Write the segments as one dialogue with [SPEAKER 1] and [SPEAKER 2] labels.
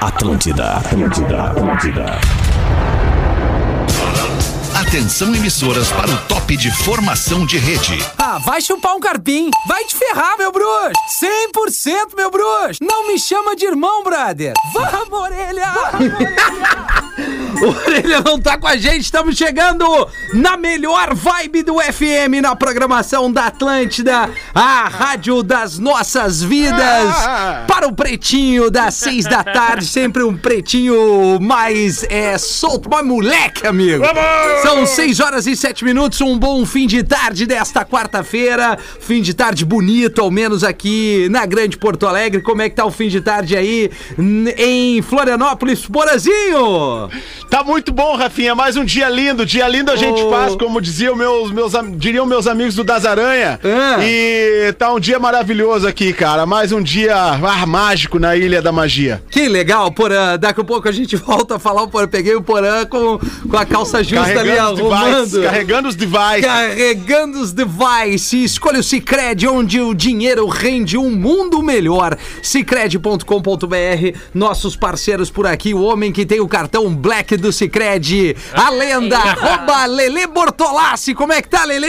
[SPEAKER 1] Atlântida, Atlântida, Atlântida.
[SPEAKER 2] Atenção emissoras para o top de formação de rede.
[SPEAKER 3] Ah, vai chupar um carpim. Vai te ferrar, meu bruxo. 100% meu bruxo. Não me chama de irmão, brother. Vamos, orelha.
[SPEAKER 4] O Orelha não tá com a gente, estamos chegando na melhor vibe do FM, na programação da Atlântida, a rádio das nossas vidas, para o pretinho das seis da tarde, sempre um pretinho mais é, solto, mais moleque, amigo. São seis horas e sete minutos, um bom fim de tarde desta quarta-feira, fim de tarde bonito, ao menos aqui na grande Porto Alegre. Como é que tá o fim de tarde aí n- em Florianópolis, Porazinho?
[SPEAKER 5] Tá muito bom, Rafinha. Mais um dia lindo. Dia lindo a gente
[SPEAKER 4] Ô.
[SPEAKER 5] faz, como diziam meus, meus, am- diriam meus amigos do Das Aranha.
[SPEAKER 4] Ah.
[SPEAKER 5] E tá um dia maravilhoso aqui, cara. Mais um dia ah, mágico na Ilha da Magia.
[SPEAKER 4] Que legal, Porã. Daqui a pouco a gente volta a falar o Porã. Peguei o Porã com, com a calça justa ali,
[SPEAKER 5] Carregando os devices.
[SPEAKER 4] arrumando.
[SPEAKER 5] Carregando os devices.
[SPEAKER 4] Carregando os devices. Escolha o Cicred, onde o dinheiro rende um mundo melhor. Cicred.com.br, nossos parceiros por aqui. O homem que tem o cartão Black do Cicred. A lenda, arroba Lele Bortolassi. Como é que tá, Lele?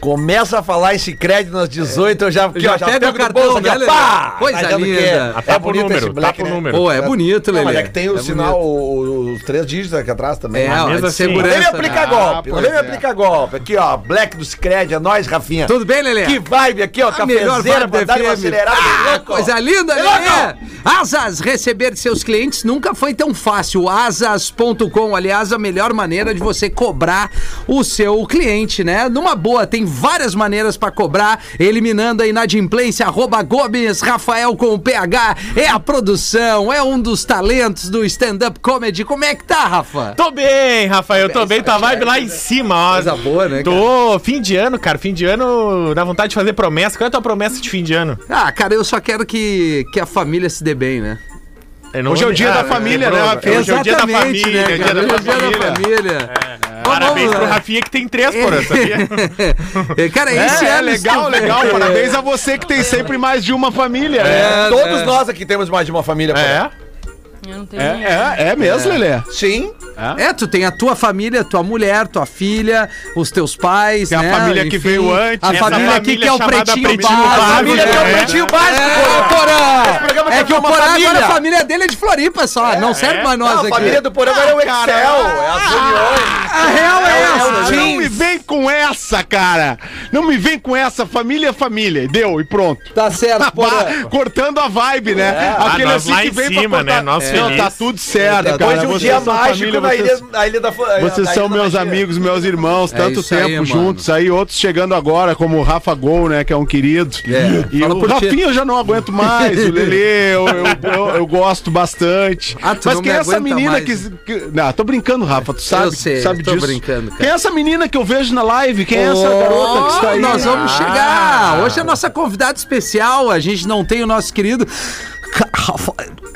[SPEAKER 6] Começa a falar esse crédito nas 18, eu já, aqui,
[SPEAKER 4] Já
[SPEAKER 6] ó, já
[SPEAKER 4] pega o
[SPEAKER 6] do
[SPEAKER 4] cartão,
[SPEAKER 6] bolso
[SPEAKER 4] né,
[SPEAKER 6] ó,
[SPEAKER 4] Lelê?
[SPEAKER 6] pá!
[SPEAKER 4] Coisa
[SPEAKER 6] Tá dando
[SPEAKER 4] linda.
[SPEAKER 6] que é.
[SPEAKER 4] Ah,
[SPEAKER 6] É
[SPEAKER 7] Tapa o
[SPEAKER 6] bonito esse
[SPEAKER 7] número,
[SPEAKER 5] tá
[SPEAKER 6] black,
[SPEAKER 7] tapa o
[SPEAKER 6] né?
[SPEAKER 7] número.
[SPEAKER 4] Pô, é bonito,
[SPEAKER 6] Não,
[SPEAKER 4] Lele.
[SPEAKER 6] mas é que tem o
[SPEAKER 4] bonito.
[SPEAKER 6] sinal, o- o- os três dígitos aqui atrás também.
[SPEAKER 4] É,
[SPEAKER 6] Não
[SPEAKER 4] ó,
[SPEAKER 7] mesmo
[SPEAKER 4] de
[SPEAKER 7] assim.
[SPEAKER 4] segurança.
[SPEAKER 6] vem me
[SPEAKER 4] né?
[SPEAKER 6] aplicar golpe, não
[SPEAKER 5] pois
[SPEAKER 6] vem me
[SPEAKER 5] é.
[SPEAKER 6] aplicar golpe. Aqui, ó, black do Cicred, é nóis, Rafinha.
[SPEAKER 4] Tudo bem, Lelê?
[SPEAKER 6] Que vibe aqui, ó,
[SPEAKER 4] melhor
[SPEAKER 6] cafezeira,
[SPEAKER 4] vibe
[SPEAKER 6] pra dar uma
[SPEAKER 4] FM.
[SPEAKER 6] acelerada.
[SPEAKER 4] Ah,
[SPEAKER 6] louco.
[SPEAKER 4] coisa linda,
[SPEAKER 6] Lelê!
[SPEAKER 4] né? Asas, receber de seus clientes nunca foi tão fácil. Asas.com, aliás, a melhor maneira de você cobrar o seu cliente, né? Numa boa, tem várias maneiras pra cobrar, eliminando a inadimplência, arroba Gomes, Rafael com o PH, é a produção, é um dos talentos do stand-up comedy. Como é que tá, Rafa?
[SPEAKER 7] Tô bem, Rafael, tô bem, tá a vibe lá em cima, ó.
[SPEAKER 4] Coisa boa, né,
[SPEAKER 7] Tô, fim de ano, cara, fim de ano dá vontade de fazer promessa. Qual é a tua promessa de fim de ano?
[SPEAKER 4] Ah, cara, eu só quero que, que a família se dê bem, né?
[SPEAKER 5] Hoje é o dia da família, né, Rafinha?
[SPEAKER 7] Hoje é o dia da
[SPEAKER 4] Exatamente, né,
[SPEAKER 7] família, é o dia
[SPEAKER 4] cara?
[SPEAKER 7] da
[SPEAKER 4] Hoje é o dia da
[SPEAKER 7] família.
[SPEAKER 4] família. Então
[SPEAKER 7] Parabéns
[SPEAKER 4] vamos
[SPEAKER 7] pro
[SPEAKER 4] lá.
[SPEAKER 7] Rafinha que tem três por ano, sabia?
[SPEAKER 4] É, Cara, esse
[SPEAKER 5] É, é
[SPEAKER 4] ano
[SPEAKER 5] legal,
[SPEAKER 4] estive-
[SPEAKER 5] legal. Parabéns a você que tem sempre mais de uma família.
[SPEAKER 4] É,
[SPEAKER 5] né?
[SPEAKER 6] É, Todos nós aqui temos mais de uma família. pô.
[SPEAKER 7] É.
[SPEAKER 8] Eu não tenho nenhum.
[SPEAKER 5] É, é, é mesmo, Lelê.
[SPEAKER 6] Sim.
[SPEAKER 4] É, tu tem a tua família, tua mulher, tua filha, os teus pais,
[SPEAKER 5] Tem a
[SPEAKER 4] né?
[SPEAKER 5] família que veio antes,
[SPEAKER 4] A
[SPEAKER 5] essa
[SPEAKER 4] família aqui
[SPEAKER 7] família
[SPEAKER 4] que é o
[SPEAKER 7] chamada
[SPEAKER 4] pretinho,
[SPEAKER 7] Pretinho
[SPEAKER 4] básico.
[SPEAKER 7] Básico,
[SPEAKER 4] A família
[SPEAKER 6] Família que
[SPEAKER 4] que
[SPEAKER 6] é o
[SPEAKER 7] né?
[SPEAKER 6] pretinho básico,
[SPEAKER 4] é,
[SPEAKER 6] pô.
[SPEAKER 4] Porã!
[SPEAKER 6] programa
[SPEAKER 4] É
[SPEAKER 6] quer
[SPEAKER 4] que o
[SPEAKER 6] formar
[SPEAKER 4] Porã
[SPEAKER 6] família.
[SPEAKER 4] agora a família dele é de Floripa só, não serve
[SPEAKER 7] é.
[SPEAKER 4] pra nós
[SPEAKER 6] Não, A
[SPEAKER 4] aqui. Ah,
[SPEAKER 6] família do Porã é o Excel, é as reuniões.
[SPEAKER 4] A real é
[SPEAKER 5] Ah,
[SPEAKER 4] essa.
[SPEAKER 5] não me vem com essa, cara. Não me vem com essa. Família é família. Deu e pronto.
[SPEAKER 4] Tá certo, Porã.
[SPEAKER 5] Pá, cortando a vibe, né?
[SPEAKER 4] É.
[SPEAKER 7] Ah, nós lá em cima, né? Nós
[SPEAKER 5] Não,
[SPEAKER 7] feliz.
[SPEAKER 5] tá tudo certo,
[SPEAKER 4] Depois
[SPEAKER 5] cara.
[SPEAKER 6] Depois de um
[SPEAKER 5] Vocês
[SPEAKER 6] dia
[SPEAKER 5] são
[SPEAKER 6] mágico
[SPEAKER 5] família,
[SPEAKER 6] na
[SPEAKER 5] vocês-
[SPEAKER 6] ilha, na ilha da Fla-
[SPEAKER 5] Vocês
[SPEAKER 6] na
[SPEAKER 4] Tá
[SPEAKER 5] são
[SPEAKER 6] Ilha da
[SPEAKER 5] meus
[SPEAKER 6] Magia.
[SPEAKER 5] amigos, meus irmãos,
[SPEAKER 4] É
[SPEAKER 5] tanto
[SPEAKER 4] isso aí,
[SPEAKER 5] tempo
[SPEAKER 4] mano.
[SPEAKER 5] juntos aí, outros chegando agora, como o Rafa Gol, né, que é um querido.
[SPEAKER 4] É,
[SPEAKER 5] E
[SPEAKER 4] fala
[SPEAKER 5] o
[SPEAKER 4] por ti.
[SPEAKER 5] Rafinha eu já não aguento mais, o Lelê, eu, eu, eu- eu gosto bastante.
[SPEAKER 4] Ah, tu
[SPEAKER 5] Mas
[SPEAKER 4] não
[SPEAKER 5] quem é
[SPEAKER 4] me
[SPEAKER 5] essa
[SPEAKER 4] aguenta
[SPEAKER 5] menina
[SPEAKER 4] mais.
[SPEAKER 5] que, que- Não, tô brincando, Rafa, tu sabe,
[SPEAKER 4] Eu sei,
[SPEAKER 5] tu sabe
[SPEAKER 4] eu tô
[SPEAKER 5] disso.
[SPEAKER 4] brincando, cara.
[SPEAKER 5] Quem é essa menina que eu vejo na live? Quem é essa garota que está aí? Ah,
[SPEAKER 4] Nós vamos
[SPEAKER 6] Ah.
[SPEAKER 4] chegar. Hoje é a nossa convidada especial. A gente não tem o nosso querido. Ca- Rafa,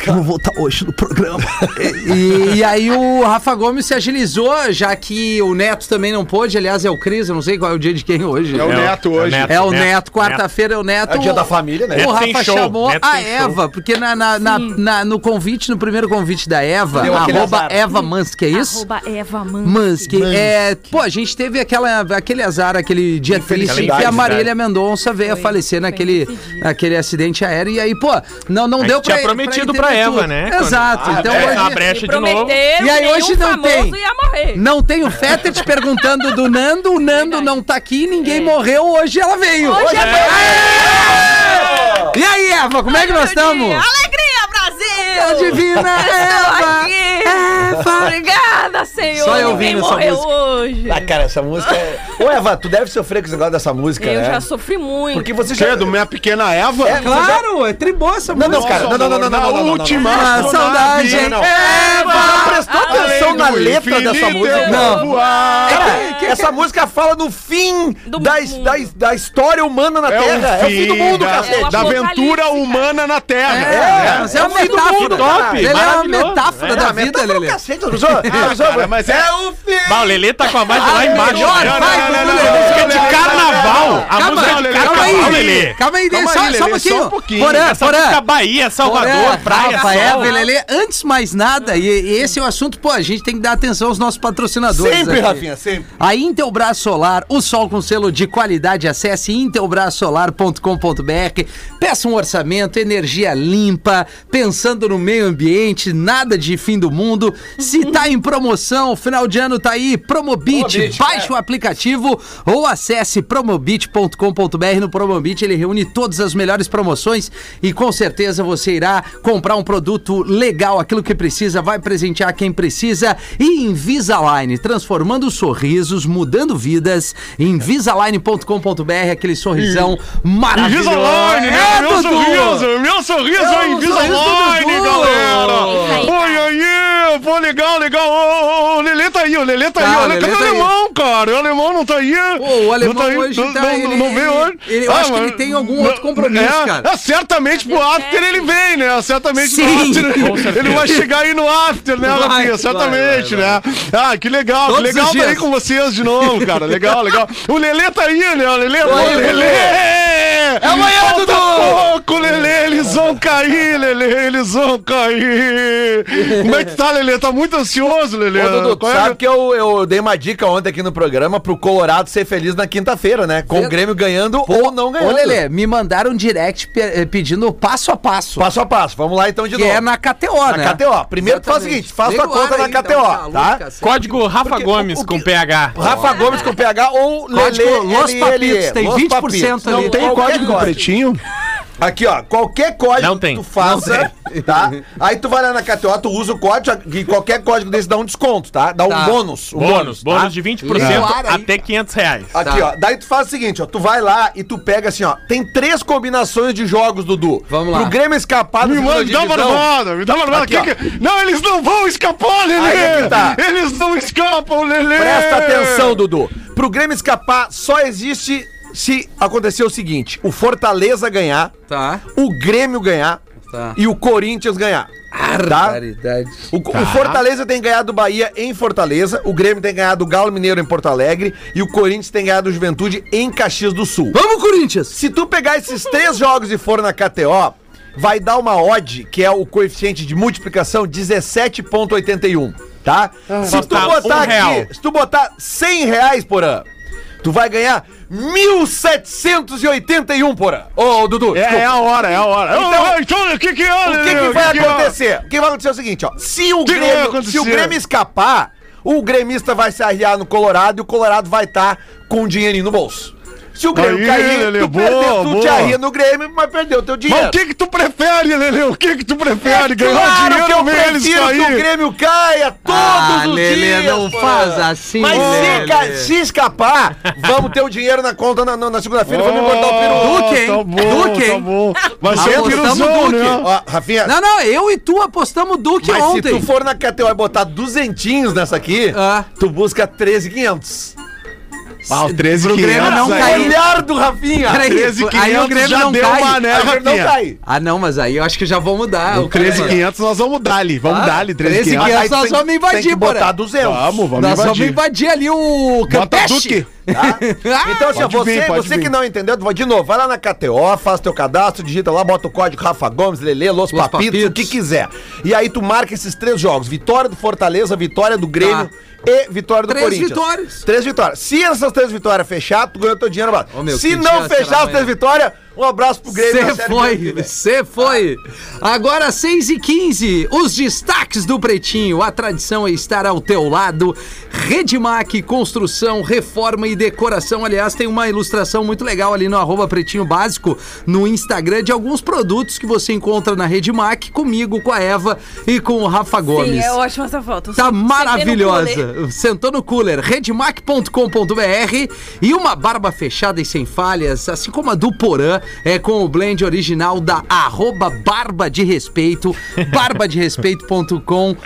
[SPEAKER 4] eu não vou estar hoje no programa. E, e aí o Rafa Gomes se agilizou, já que o Neto também não pôde. Aliás, é o Cris, eu não sei qual é o dia de quem hoje.
[SPEAKER 5] É o Neto hoje.
[SPEAKER 4] É o Neto, quarta-feira é o Neto.
[SPEAKER 6] É o dia da família, né?
[SPEAKER 4] O
[SPEAKER 7] Neto
[SPEAKER 4] Rafa
[SPEAKER 7] tem show,
[SPEAKER 4] chamou
[SPEAKER 7] Neto
[SPEAKER 4] a
[SPEAKER 7] tem show.
[SPEAKER 4] Eva, porque na, na- na-
[SPEAKER 8] Sim.
[SPEAKER 4] na- no convite, no primeiro convite da Eva,
[SPEAKER 6] Deu aquele
[SPEAKER 4] arroba
[SPEAKER 6] azar.
[SPEAKER 4] Eva Mans, que é isso?
[SPEAKER 8] Arroba Eva Mansi.
[SPEAKER 4] Musk, é, pô, a gente teve aquela, aquele azar, aquele dia triste que a
[SPEAKER 7] Infelicidade. né?
[SPEAKER 4] Marília Mendonça veio a
[SPEAKER 8] Foi-
[SPEAKER 4] falecer
[SPEAKER 8] foi
[SPEAKER 4] naquele,
[SPEAKER 8] nesse dia.
[SPEAKER 4] naquele acidente aéreo. E aí, pô, não, não
[SPEAKER 7] A
[SPEAKER 4] deu
[SPEAKER 7] gente
[SPEAKER 4] pra
[SPEAKER 7] tinha prometido
[SPEAKER 4] entender
[SPEAKER 7] pra
[SPEAKER 4] tudo.
[SPEAKER 7] Eva, né? Quando-
[SPEAKER 4] Exato.
[SPEAKER 7] Ah,
[SPEAKER 4] então
[SPEAKER 7] é, a
[SPEAKER 4] hoje.
[SPEAKER 7] brecha
[SPEAKER 8] E
[SPEAKER 7] de novo.
[SPEAKER 8] prometeram
[SPEAKER 4] E aí
[SPEAKER 8] que nenhum
[SPEAKER 4] hoje não
[SPEAKER 8] famoso
[SPEAKER 4] tem.
[SPEAKER 8] ia morrer.
[SPEAKER 4] Não tem o Feta te perguntando do Nando, o Nando não tá aqui, ninguém morreu, hoje ela veio.
[SPEAKER 8] É. Hoje é meu
[SPEAKER 4] E aí, Eva, como é que nós
[SPEAKER 8] dia.
[SPEAKER 4] estamos?
[SPEAKER 8] Alegria, Brasil!
[SPEAKER 4] Divina Eva!
[SPEAKER 8] Eva. Obrigada, Senhor.
[SPEAKER 4] Só eu
[SPEAKER 8] Ninguém
[SPEAKER 4] ouvindo essa
[SPEAKER 8] morreu
[SPEAKER 4] música.
[SPEAKER 8] hoje.
[SPEAKER 6] Ah, cara, essa música é... Ô, Eva, tu deve sofrer com esse negócio dessa música,
[SPEAKER 8] Eu
[SPEAKER 6] né?
[SPEAKER 8] já sofri muito.
[SPEAKER 6] Porque você já...
[SPEAKER 7] é
[SPEAKER 5] Cheia do minha pequena Eva.
[SPEAKER 6] É,
[SPEAKER 4] Claro, é triboça,
[SPEAKER 6] Não, não,
[SPEAKER 5] Nossa,
[SPEAKER 6] cara, não, não, não, não, não, não, não, não,
[SPEAKER 5] última
[SPEAKER 6] não,
[SPEAKER 4] Ah,
[SPEAKER 5] astronave.
[SPEAKER 4] saudade,
[SPEAKER 7] né,
[SPEAKER 6] não, não.
[SPEAKER 4] Eva!
[SPEAKER 6] Tu prestou atenção
[SPEAKER 5] Além
[SPEAKER 6] na
[SPEAKER 5] do
[SPEAKER 6] letra
[SPEAKER 5] infinito
[SPEAKER 6] dessa música?
[SPEAKER 5] eu
[SPEAKER 4] Não.
[SPEAKER 5] vou voar.
[SPEAKER 6] Cara, essa música fala do fim
[SPEAKER 8] Do
[SPEAKER 6] da,
[SPEAKER 8] mundo.
[SPEAKER 6] da, da história humana na
[SPEAKER 5] É o
[SPEAKER 6] Terra.
[SPEAKER 5] fim,
[SPEAKER 6] do mundo,
[SPEAKER 8] É,
[SPEAKER 5] da,
[SPEAKER 6] cacete.
[SPEAKER 5] da aventura
[SPEAKER 8] Apocalipse,
[SPEAKER 5] humana na Terra.
[SPEAKER 4] É, mas é uma
[SPEAKER 6] fim do
[SPEAKER 4] metáfora.
[SPEAKER 6] mundo, cara.
[SPEAKER 4] Ele é uma
[SPEAKER 7] Maravilhoso.
[SPEAKER 4] metáfora
[SPEAKER 7] É,
[SPEAKER 4] da
[SPEAKER 6] Ah,
[SPEAKER 4] vida,
[SPEAKER 6] metáfora
[SPEAKER 4] Lelê.
[SPEAKER 6] do cacete, usou? Usou?
[SPEAKER 7] mas é... o fim! Bah, o Lelê tá com a voz lá embaixo.
[SPEAKER 4] melhor
[SPEAKER 7] Não, não,
[SPEAKER 4] vibe
[SPEAKER 7] não,
[SPEAKER 4] do
[SPEAKER 7] não, não,
[SPEAKER 4] Lelê.
[SPEAKER 7] música de
[SPEAKER 5] Não, não,
[SPEAKER 7] carnaval. A
[SPEAKER 4] Calma,
[SPEAKER 7] música de
[SPEAKER 4] calma
[SPEAKER 7] carnaval,
[SPEAKER 4] aí,
[SPEAKER 7] Lelê.
[SPEAKER 4] calma aí, Lelê,
[SPEAKER 5] Calma aí,
[SPEAKER 4] só,
[SPEAKER 5] Lelê,
[SPEAKER 4] só um
[SPEAKER 5] só
[SPEAKER 4] pouquinho.
[SPEAKER 5] um pouquinho.
[SPEAKER 4] Porã,
[SPEAKER 7] Essa música é Bahia, Salvador, Praia,
[SPEAKER 4] Rafael,
[SPEAKER 7] Sol.
[SPEAKER 4] Lelê, antes de mais nada, e, e esse é o assunto, pô, a gente tem que dar atenção aos nossos patrocinadores.
[SPEAKER 6] Sempre,
[SPEAKER 4] aqui.
[SPEAKER 6] Rafinha, sempre.
[SPEAKER 4] A Intelbras Solar, o sol com selo de qualidade, acesse intelbrasolar.com.br, peça um orçamento, energia limpa, pensando no meio ambiente, nada de fim do mundo. Se tá em promoção, final de ano tá aí, Promobit,
[SPEAKER 6] Promobit,
[SPEAKER 4] baixe o aplicativo ou acesse promobit.com.br. No Promobit ele reúne todas as melhores promoções e com certeza você irá comprar um produto legal, aquilo que precisa, vai presentear quem precisa. E Invisalign, transformando sorrisos, mudando vidas. Invisalign.com.br, aquele sorrisão maravilhoso.
[SPEAKER 5] Invisalign, né?
[SPEAKER 4] É,
[SPEAKER 5] meu
[SPEAKER 4] Dudu!
[SPEAKER 5] sorriso, meu sorriso
[SPEAKER 4] É
[SPEAKER 5] é
[SPEAKER 4] o sorriso do
[SPEAKER 5] Invisalign,
[SPEAKER 4] Dudu. tá.
[SPEAKER 5] galera.
[SPEAKER 8] Isso aí, cara.
[SPEAKER 5] Oi, aí, pô, legal, legal. Ô, ô, ô, o Lelê tá aí, o Lelê tá aí.
[SPEAKER 4] Tá, o
[SPEAKER 5] Olha,
[SPEAKER 4] Lelê
[SPEAKER 5] cadê o
[SPEAKER 4] tá aí.
[SPEAKER 5] alemão, cara? O alemão não tá aí.
[SPEAKER 4] Pô, o alemão
[SPEAKER 5] Não aí,
[SPEAKER 4] hoje
[SPEAKER 5] não-
[SPEAKER 4] tá-
[SPEAKER 5] Não,
[SPEAKER 4] ele-
[SPEAKER 5] não veio hoje. Ah,
[SPEAKER 4] ele- eu acho que ele
[SPEAKER 5] mas-
[SPEAKER 4] tem algum outro compromisso,
[SPEAKER 5] é,
[SPEAKER 4] cara.
[SPEAKER 5] É, certamente pro after ele vem, né? Certamente pro
[SPEAKER 4] Sim.
[SPEAKER 5] after
[SPEAKER 4] Com
[SPEAKER 5] ele- ele vai chegar aí no after, né,
[SPEAKER 4] Vai,
[SPEAKER 5] Rafinha?
[SPEAKER 4] vai,
[SPEAKER 5] Certamente, né? Ah, que legal, que
[SPEAKER 4] Todos os
[SPEAKER 5] legal tá aí
[SPEAKER 4] dias.
[SPEAKER 5] com vocês de novo, cara. Legal, legal. O Lelê tá aí, né? O Lelê, o Lelê! É
[SPEAKER 4] amanhã,
[SPEAKER 5] Falta
[SPEAKER 4] Dudu!
[SPEAKER 5] pouco, Lelê, eles vão cair, Lelê, eles vão cair. Como é que tá, Lelê? Tá muito ansioso, Lelê.
[SPEAKER 6] Ô, Dudu, tu
[SPEAKER 5] Qual é?
[SPEAKER 6] sabe que eu, eu dei uma dica ontem aqui no programa pro Colorado ser feliz na quinta-feira, né? Com
[SPEAKER 4] Ver-
[SPEAKER 6] o Grêmio ganhando ou não
[SPEAKER 4] Ô,
[SPEAKER 6] ganhando.
[SPEAKER 4] Lelê, me mandaram direct pe- eh, pedindo passo a passo.
[SPEAKER 6] Passo a passo, vamos lá então de
[SPEAKER 4] Que
[SPEAKER 6] novo.
[SPEAKER 4] é na KTO, né?
[SPEAKER 6] Na KTO. Primeiro tu faz o seguinte, faz tua
[SPEAKER 4] Liga o ar
[SPEAKER 6] conta na
[SPEAKER 4] aí, então,
[SPEAKER 6] KTO,
[SPEAKER 4] louco,
[SPEAKER 6] tá?
[SPEAKER 4] cacete.
[SPEAKER 7] Código Rafa
[SPEAKER 6] Porque o-
[SPEAKER 7] Gomes
[SPEAKER 6] o-
[SPEAKER 7] com PH.
[SPEAKER 4] tá
[SPEAKER 6] Rafa Gomes com PH ou
[SPEAKER 4] Código
[SPEAKER 6] Lelê
[SPEAKER 4] Los
[SPEAKER 6] LL.
[SPEAKER 4] Papitos, tem
[SPEAKER 6] Los
[SPEAKER 4] 20%
[SPEAKER 6] Papitos.
[SPEAKER 4] ali.
[SPEAKER 6] Não
[SPEAKER 5] Tem
[SPEAKER 6] tem
[SPEAKER 5] código,
[SPEAKER 6] código preto.
[SPEAKER 5] pretinho?
[SPEAKER 6] Aqui, ó, qualquer código
[SPEAKER 7] Não tem.
[SPEAKER 6] que tu faça, tá? Aí tu vai lá na KTO, tu usa o código, e qualquer código desse dá um desconto, tá? Dá um
[SPEAKER 4] Tá.
[SPEAKER 6] bônus. Um
[SPEAKER 7] Bônus,
[SPEAKER 6] tá?
[SPEAKER 7] bônus de 20%
[SPEAKER 4] Liga o ar aí.
[SPEAKER 7] até 500 reais.
[SPEAKER 6] Aqui,
[SPEAKER 4] Tá.
[SPEAKER 6] ó. Daí tu faz o seguinte, ó. Tu vai lá e tu pega assim, ó. Tem três combinações de jogos, Dudu.
[SPEAKER 4] Vamos lá.
[SPEAKER 6] Pro Grêmio escapar do
[SPEAKER 5] Me manda, me dá uma armada, me dá uma armada.
[SPEAKER 6] Aqui,
[SPEAKER 5] Que que- Não, eles não vão escapar, Lelê!
[SPEAKER 6] Aí é que tá.
[SPEAKER 5] Eles não escapam, Lelê!
[SPEAKER 6] Presta atenção, Dudu. Pro Grêmio escapar só existe se acontecer o seguinte: o Fortaleza ganhar,
[SPEAKER 4] Tá,
[SPEAKER 6] o Grêmio ganhar
[SPEAKER 4] tá.
[SPEAKER 6] e o Corinthians ganhar. Tá?
[SPEAKER 4] Caridade.
[SPEAKER 6] O, o Fortaleza tem ganhado o Bahia em Fortaleza, o Grêmio tem ganhado o Galo Mineiro em Porto Alegre e o Corinthians tem ganhado o Juventude em Caxias do Sul.
[SPEAKER 4] Vamos, Corinthians!
[SPEAKER 6] Se tu pegar esses três jogos e for na KTO, vai dar uma odd, que é o coeficiente de multiplicação 17.81, tá?
[SPEAKER 5] Ah.
[SPEAKER 6] se tu
[SPEAKER 7] Bota um
[SPEAKER 6] botar aqui,
[SPEAKER 7] real.
[SPEAKER 6] se tu botar 100 reais por ano, tu vai ganhar 1.781 por ano. um, Ô, Dudu,
[SPEAKER 5] É, é
[SPEAKER 6] desculpa.
[SPEAKER 5] a hora, é a hora.
[SPEAKER 6] Então-
[SPEAKER 5] Então, então o que que é,
[SPEAKER 6] O que,
[SPEAKER 5] Lelê?
[SPEAKER 6] que vai
[SPEAKER 5] é?
[SPEAKER 6] acontecer? O que vai acontecer é o seguinte, ó. Se o,
[SPEAKER 5] que que vai
[SPEAKER 6] Grêmio,
[SPEAKER 5] acontecer?
[SPEAKER 6] se o Grêmio escapar, o gremista vai se arriar no Colorado e o Colorado vai estar com o dinheirinho no bolso. Se o Grêmio
[SPEAKER 5] Aí,
[SPEAKER 6] cair,
[SPEAKER 5] Lelê,
[SPEAKER 6] tu,
[SPEAKER 5] boa,
[SPEAKER 6] perdeu, tu te
[SPEAKER 5] boa.
[SPEAKER 6] arria no Grêmio, mas perdeu
[SPEAKER 5] Mas
[SPEAKER 6] teu
[SPEAKER 5] o
[SPEAKER 6] dinheiro.
[SPEAKER 5] que que tu prefere, Lelê? O que que tu prefere?
[SPEAKER 6] É
[SPEAKER 5] Ganhar
[SPEAKER 6] claro
[SPEAKER 5] dinheiro
[SPEAKER 6] que eu
[SPEAKER 5] ou ver eles
[SPEAKER 6] prefiro que o
[SPEAKER 5] cair?
[SPEAKER 6] Grêmio caia todos
[SPEAKER 4] Ah,
[SPEAKER 6] os
[SPEAKER 4] Lelê,
[SPEAKER 6] dias.
[SPEAKER 4] não
[SPEAKER 6] pô.
[SPEAKER 4] faz assim,
[SPEAKER 6] Mas
[SPEAKER 4] Lelê.
[SPEAKER 6] se, ca- se escapar, vamos ter o dinheiro na conta na, na- na segunda-feira e vamos botar o peru.
[SPEAKER 5] Oh,
[SPEAKER 4] Duque, hein?
[SPEAKER 5] Tá bom,
[SPEAKER 4] Duque,
[SPEAKER 5] tá
[SPEAKER 4] hein?
[SPEAKER 5] bom. Vai ser o
[SPEAKER 4] Apostamos
[SPEAKER 5] piruzão,
[SPEAKER 4] Duque.
[SPEAKER 5] né?
[SPEAKER 6] Ó, Rafinha,
[SPEAKER 4] Não, não, eu e tu apostamos o Duque
[SPEAKER 6] mas se
[SPEAKER 4] ontem.
[SPEAKER 6] tu for na KTO e botar duzentinhos nessa aqui,
[SPEAKER 4] Ah.
[SPEAKER 6] tu busca 13,500.
[SPEAKER 5] Ah, o 13
[SPEAKER 4] Pro Grêmio não cair.
[SPEAKER 6] Olhar é do Rafinha.
[SPEAKER 4] Peraí, aí o Grêmio
[SPEAKER 5] já
[SPEAKER 4] não
[SPEAKER 5] deu
[SPEAKER 4] cai.
[SPEAKER 5] uma, né,
[SPEAKER 6] Aí o Grêmio não
[SPEAKER 5] Rafinha?
[SPEAKER 6] cai.
[SPEAKER 4] Ah, não, mas aí eu acho que já vou mudar. O
[SPEAKER 5] 13,500 nós vamos dar-lhe. Vamos
[SPEAKER 4] Ah,
[SPEAKER 5] dar-lhe 13,500.
[SPEAKER 4] 13.500.
[SPEAKER 6] Aí tu
[SPEAKER 4] nós
[SPEAKER 6] tem-
[SPEAKER 4] vamos invadir,
[SPEAKER 6] Tem que botar
[SPEAKER 4] porra.
[SPEAKER 6] 200.
[SPEAKER 5] Vamos, vamos
[SPEAKER 4] Nós vamos
[SPEAKER 5] invadir.
[SPEAKER 4] invadir ali o
[SPEAKER 5] Bota
[SPEAKER 4] Campeche. Ah!
[SPEAKER 5] Duque.
[SPEAKER 6] Tá? Então, assim, ó,
[SPEAKER 5] Pode
[SPEAKER 6] você,
[SPEAKER 5] vir, pode
[SPEAKER 6] você
[SPEAKER 5] vir.
[SPEAKER 6] que não entendeu, vai de novo, vai lá na KTO, faz teu cadastro, digita lá, bota o código Rafa Gomes, Lelê, Los,
[SPEAKER 4] Los
[SPEAKER 6] Papitos,
[SPEAKER 4] Papitos.
[SPEAKER 6] o que quiser. E aí tu marca esses três jogos: vitória do Fortaleza, vitória do Grêmio.
[SPEAKER 4] Tá.
[SPEAKER 6] E vitória do
[SPEAKER 4] Três
[SPEAKER 6] Corinthians.
[SPEAKER 4] vitórias.
[SPEAKER 6] Três vitórias. Se essas três vitórias fechar, tu ganhou teu dinheiro lá.
[SPEAKER 4] Ô, meu, que
[SPEAKER 6] Se não
[SPEAKER 4] dia será
[SPEAKER 6] fechar as
[SPEAKER 4] amanhã?
[SPEAKER 6] três vitórias, um abraço pro Grêmio. na
[SPEAKER 4] Você
[SPEAKER 6] Série B ano que
[SPEAKER 4] foi,
[SPEAKER 6] vem.
[SPEAKER 4] você foi. Agora 6 e 15 os destaques do Pretinho. A tradição é estar ao teu lado. Redmac, construção, reforma e decoração. Aliás, tem uma ilustração muito legal ali no arroba Pretinho Básico, no Instagram, de alguns produtos que você encontra na Redmac, comigo, com a Eva e com o Rafa Gomes.
[SPEAKER 8] Sim, é ótima essa foto.
[SPEAKER 4] Tá
[SPEAKER 8] Você vê no rolê.
[SPEAKER 4] maravilhosa. Sentou no cooler, redmac.com.br e uma barba fechada e sem falhas, assim como a do Porã, é com o blend original da arroba barba de respeito, barbaderespeito.com.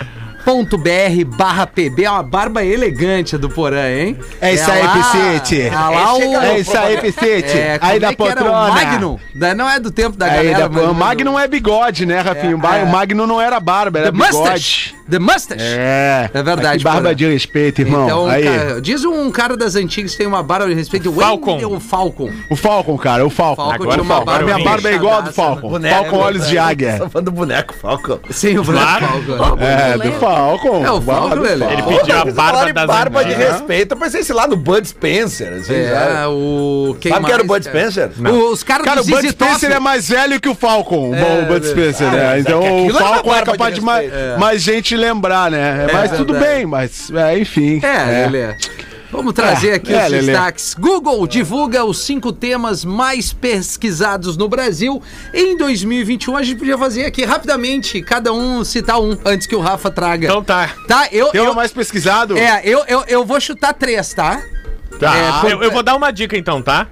[SPEAKER 4] barra PB é uma barba elegante a do Porã, hein?
[SPEAKER 5] É isso aí,
[SPEAKER 4] lá-
[SPEAKER 5] Piscite.
[SPEAKER 4] É lá
[SPEAKER 6] Esse é
[SPEAKER 4] o...
[SPEAKER 6] garoto.
[SPEAKER 5] É isso aí, Piscite.
[SPEAKER 4] É, como
[SPEAKER 5] aí da
[SPEAKER 4] é que era? O
[SPEAKER 5] poltrona.
[SPEAKER 4] Magnum. Da- Não é do tempo da
[SPEAKER 5] Aí
[SPEAKER 4] galera.
[SPEAKER 5] da,
[SPEAKER 4] mas-
[SPEAKER 5] o Magnum é bigode, né, Rafinha?
[SPEAKER 4] É,
[SPEAKER 5] o, ba-
[SPEAKER 4] é.
[SPEAKER 5] o Magnum não era barba, era
[SPEAKER 4] The
[SPEAKER 5] bigode.
[SPEAKER 4] mustache. The Mustache.
[SPEAKER 5] É.
[SPEAKER 4] É verdade,
[SPEAKER 5] Que barba
[SPEAKER 4] cara.
[SPEAKER 5] de respeito, irmão.
[SPEAKER 4] Então,
[SPEAKER 5] Aí.
[SPEAKER 4] cara, diz um cara das antigas que tem uma barba de respeito.
[SPEAKER 7] Falcon.
[SPEAKER 4] O um Falcon.
[SPEAKER 5] O Falcon, cara, o Falcon.
[SPEAKER 4] Falcon
[SPEAKER 7] tinha uma
[SPEAKER 5] A
[SPEAKER 7] barba
[SPEAKER 5] minha
[SPEAKER 7] bem
[SPEAKER 5] barba é igual a do
[SPEAKER 4] inchadaça,
[SPEAKER 5] Falcon.
[SPEAKER 6] Boneco,
[SPEAKER 5] Falcon Olhos de
[SPEAKER 6] né?
[SPEAKER 5] Águia.
[SPEAKER 6] Tô falando do boneco, Falcon.
[SPEAKER 4] Sem o Black Falcon.
[SPEAKER 5] É,
[SPEAKER 8] Boneco.
[SPEAKER 5] do Falcon.
[SPEAKER 4] É, o
[SPEAKER 5] Barba
[SPEAKER 4] Falcon,
[SPEAKER 5] do
[SPEAKER 4] Lelê.
[SPEAKER 7] Ele
[SPEAKER 6] Pô,
[SPEAKER 7] pediu a
[SPEAKER 6] vocês
[SPEAKER 7] barba
[SPEAKER 6] falaram em
[SPEAKER 7] das
[SPEAKER 6] barba de
[SPEAKER 7] antigas.
[SPEAKER 6] respeito, eu pensei, sei lá, no Bud Spencer, assim,
[SPEAKER 4] É, o. Quem
[SPEAKER 6] Sabe
[SPEAKER 4] mais,
[SPEAKER 6] quem era o Bud
[SPEAKER 4] cara?
[SPEAKER 6] Spencer?
[SPEAKER 4] O- Os caras
[SPEAKER 5] Cara, o
[SPEAKER 4] do
[SPEAKER 5] Bud
[SPEAKER 4] ZZ Top.
[SPEAKER 5] Spencer é mais velho que o Falcon. Bom, o Bud Spencer, né? então
[SPEAKER 6] aquilo
[SPEAKER 5] o
[SPEAKER 6] era uma
[SPEAKER 5] Falcon é
[SPEAKER 6] barba de
[SPEAKER 5] capaz de mais,
[SPEAKER 6] respeito.
[SPEAKER 5] mais gente lembrar, né? mas tudo
[SPEAKER 4] verdade.
[SPEAKER 5] bem, mas é, enfim.
[SPEAKER 4] É, Lelê. Vamos trazer
[SPEAKER 5] É,
[SPEAKER 4] aqui
[SPEAKER 5] é,
[SPEAKER 4] os
[SPEAKER 5] Lelê.
[SPEAKER 4] destaques. Google divulga os cinco temas mais pesquisados no Brasil em 2021. A gente podia fazer aqui rapidamente, cada um citar um, antes que o Rafa traga.
[SPEAKER 7] Então tá.
[SPEAKER 4] tá, eu.
[SPEAKER 5] Tem
[SPEAKER 4] eu
[SPEAKER 5] um mais pesquisado?
[SPEAKER 4] É, eu, eu, eu vou chutar três, tá?
[SPEAKER 7] Tá.
[SPEAKER 4] É, por-
[SPEAKER 7] eu, eu vou dar uma dica então, tá?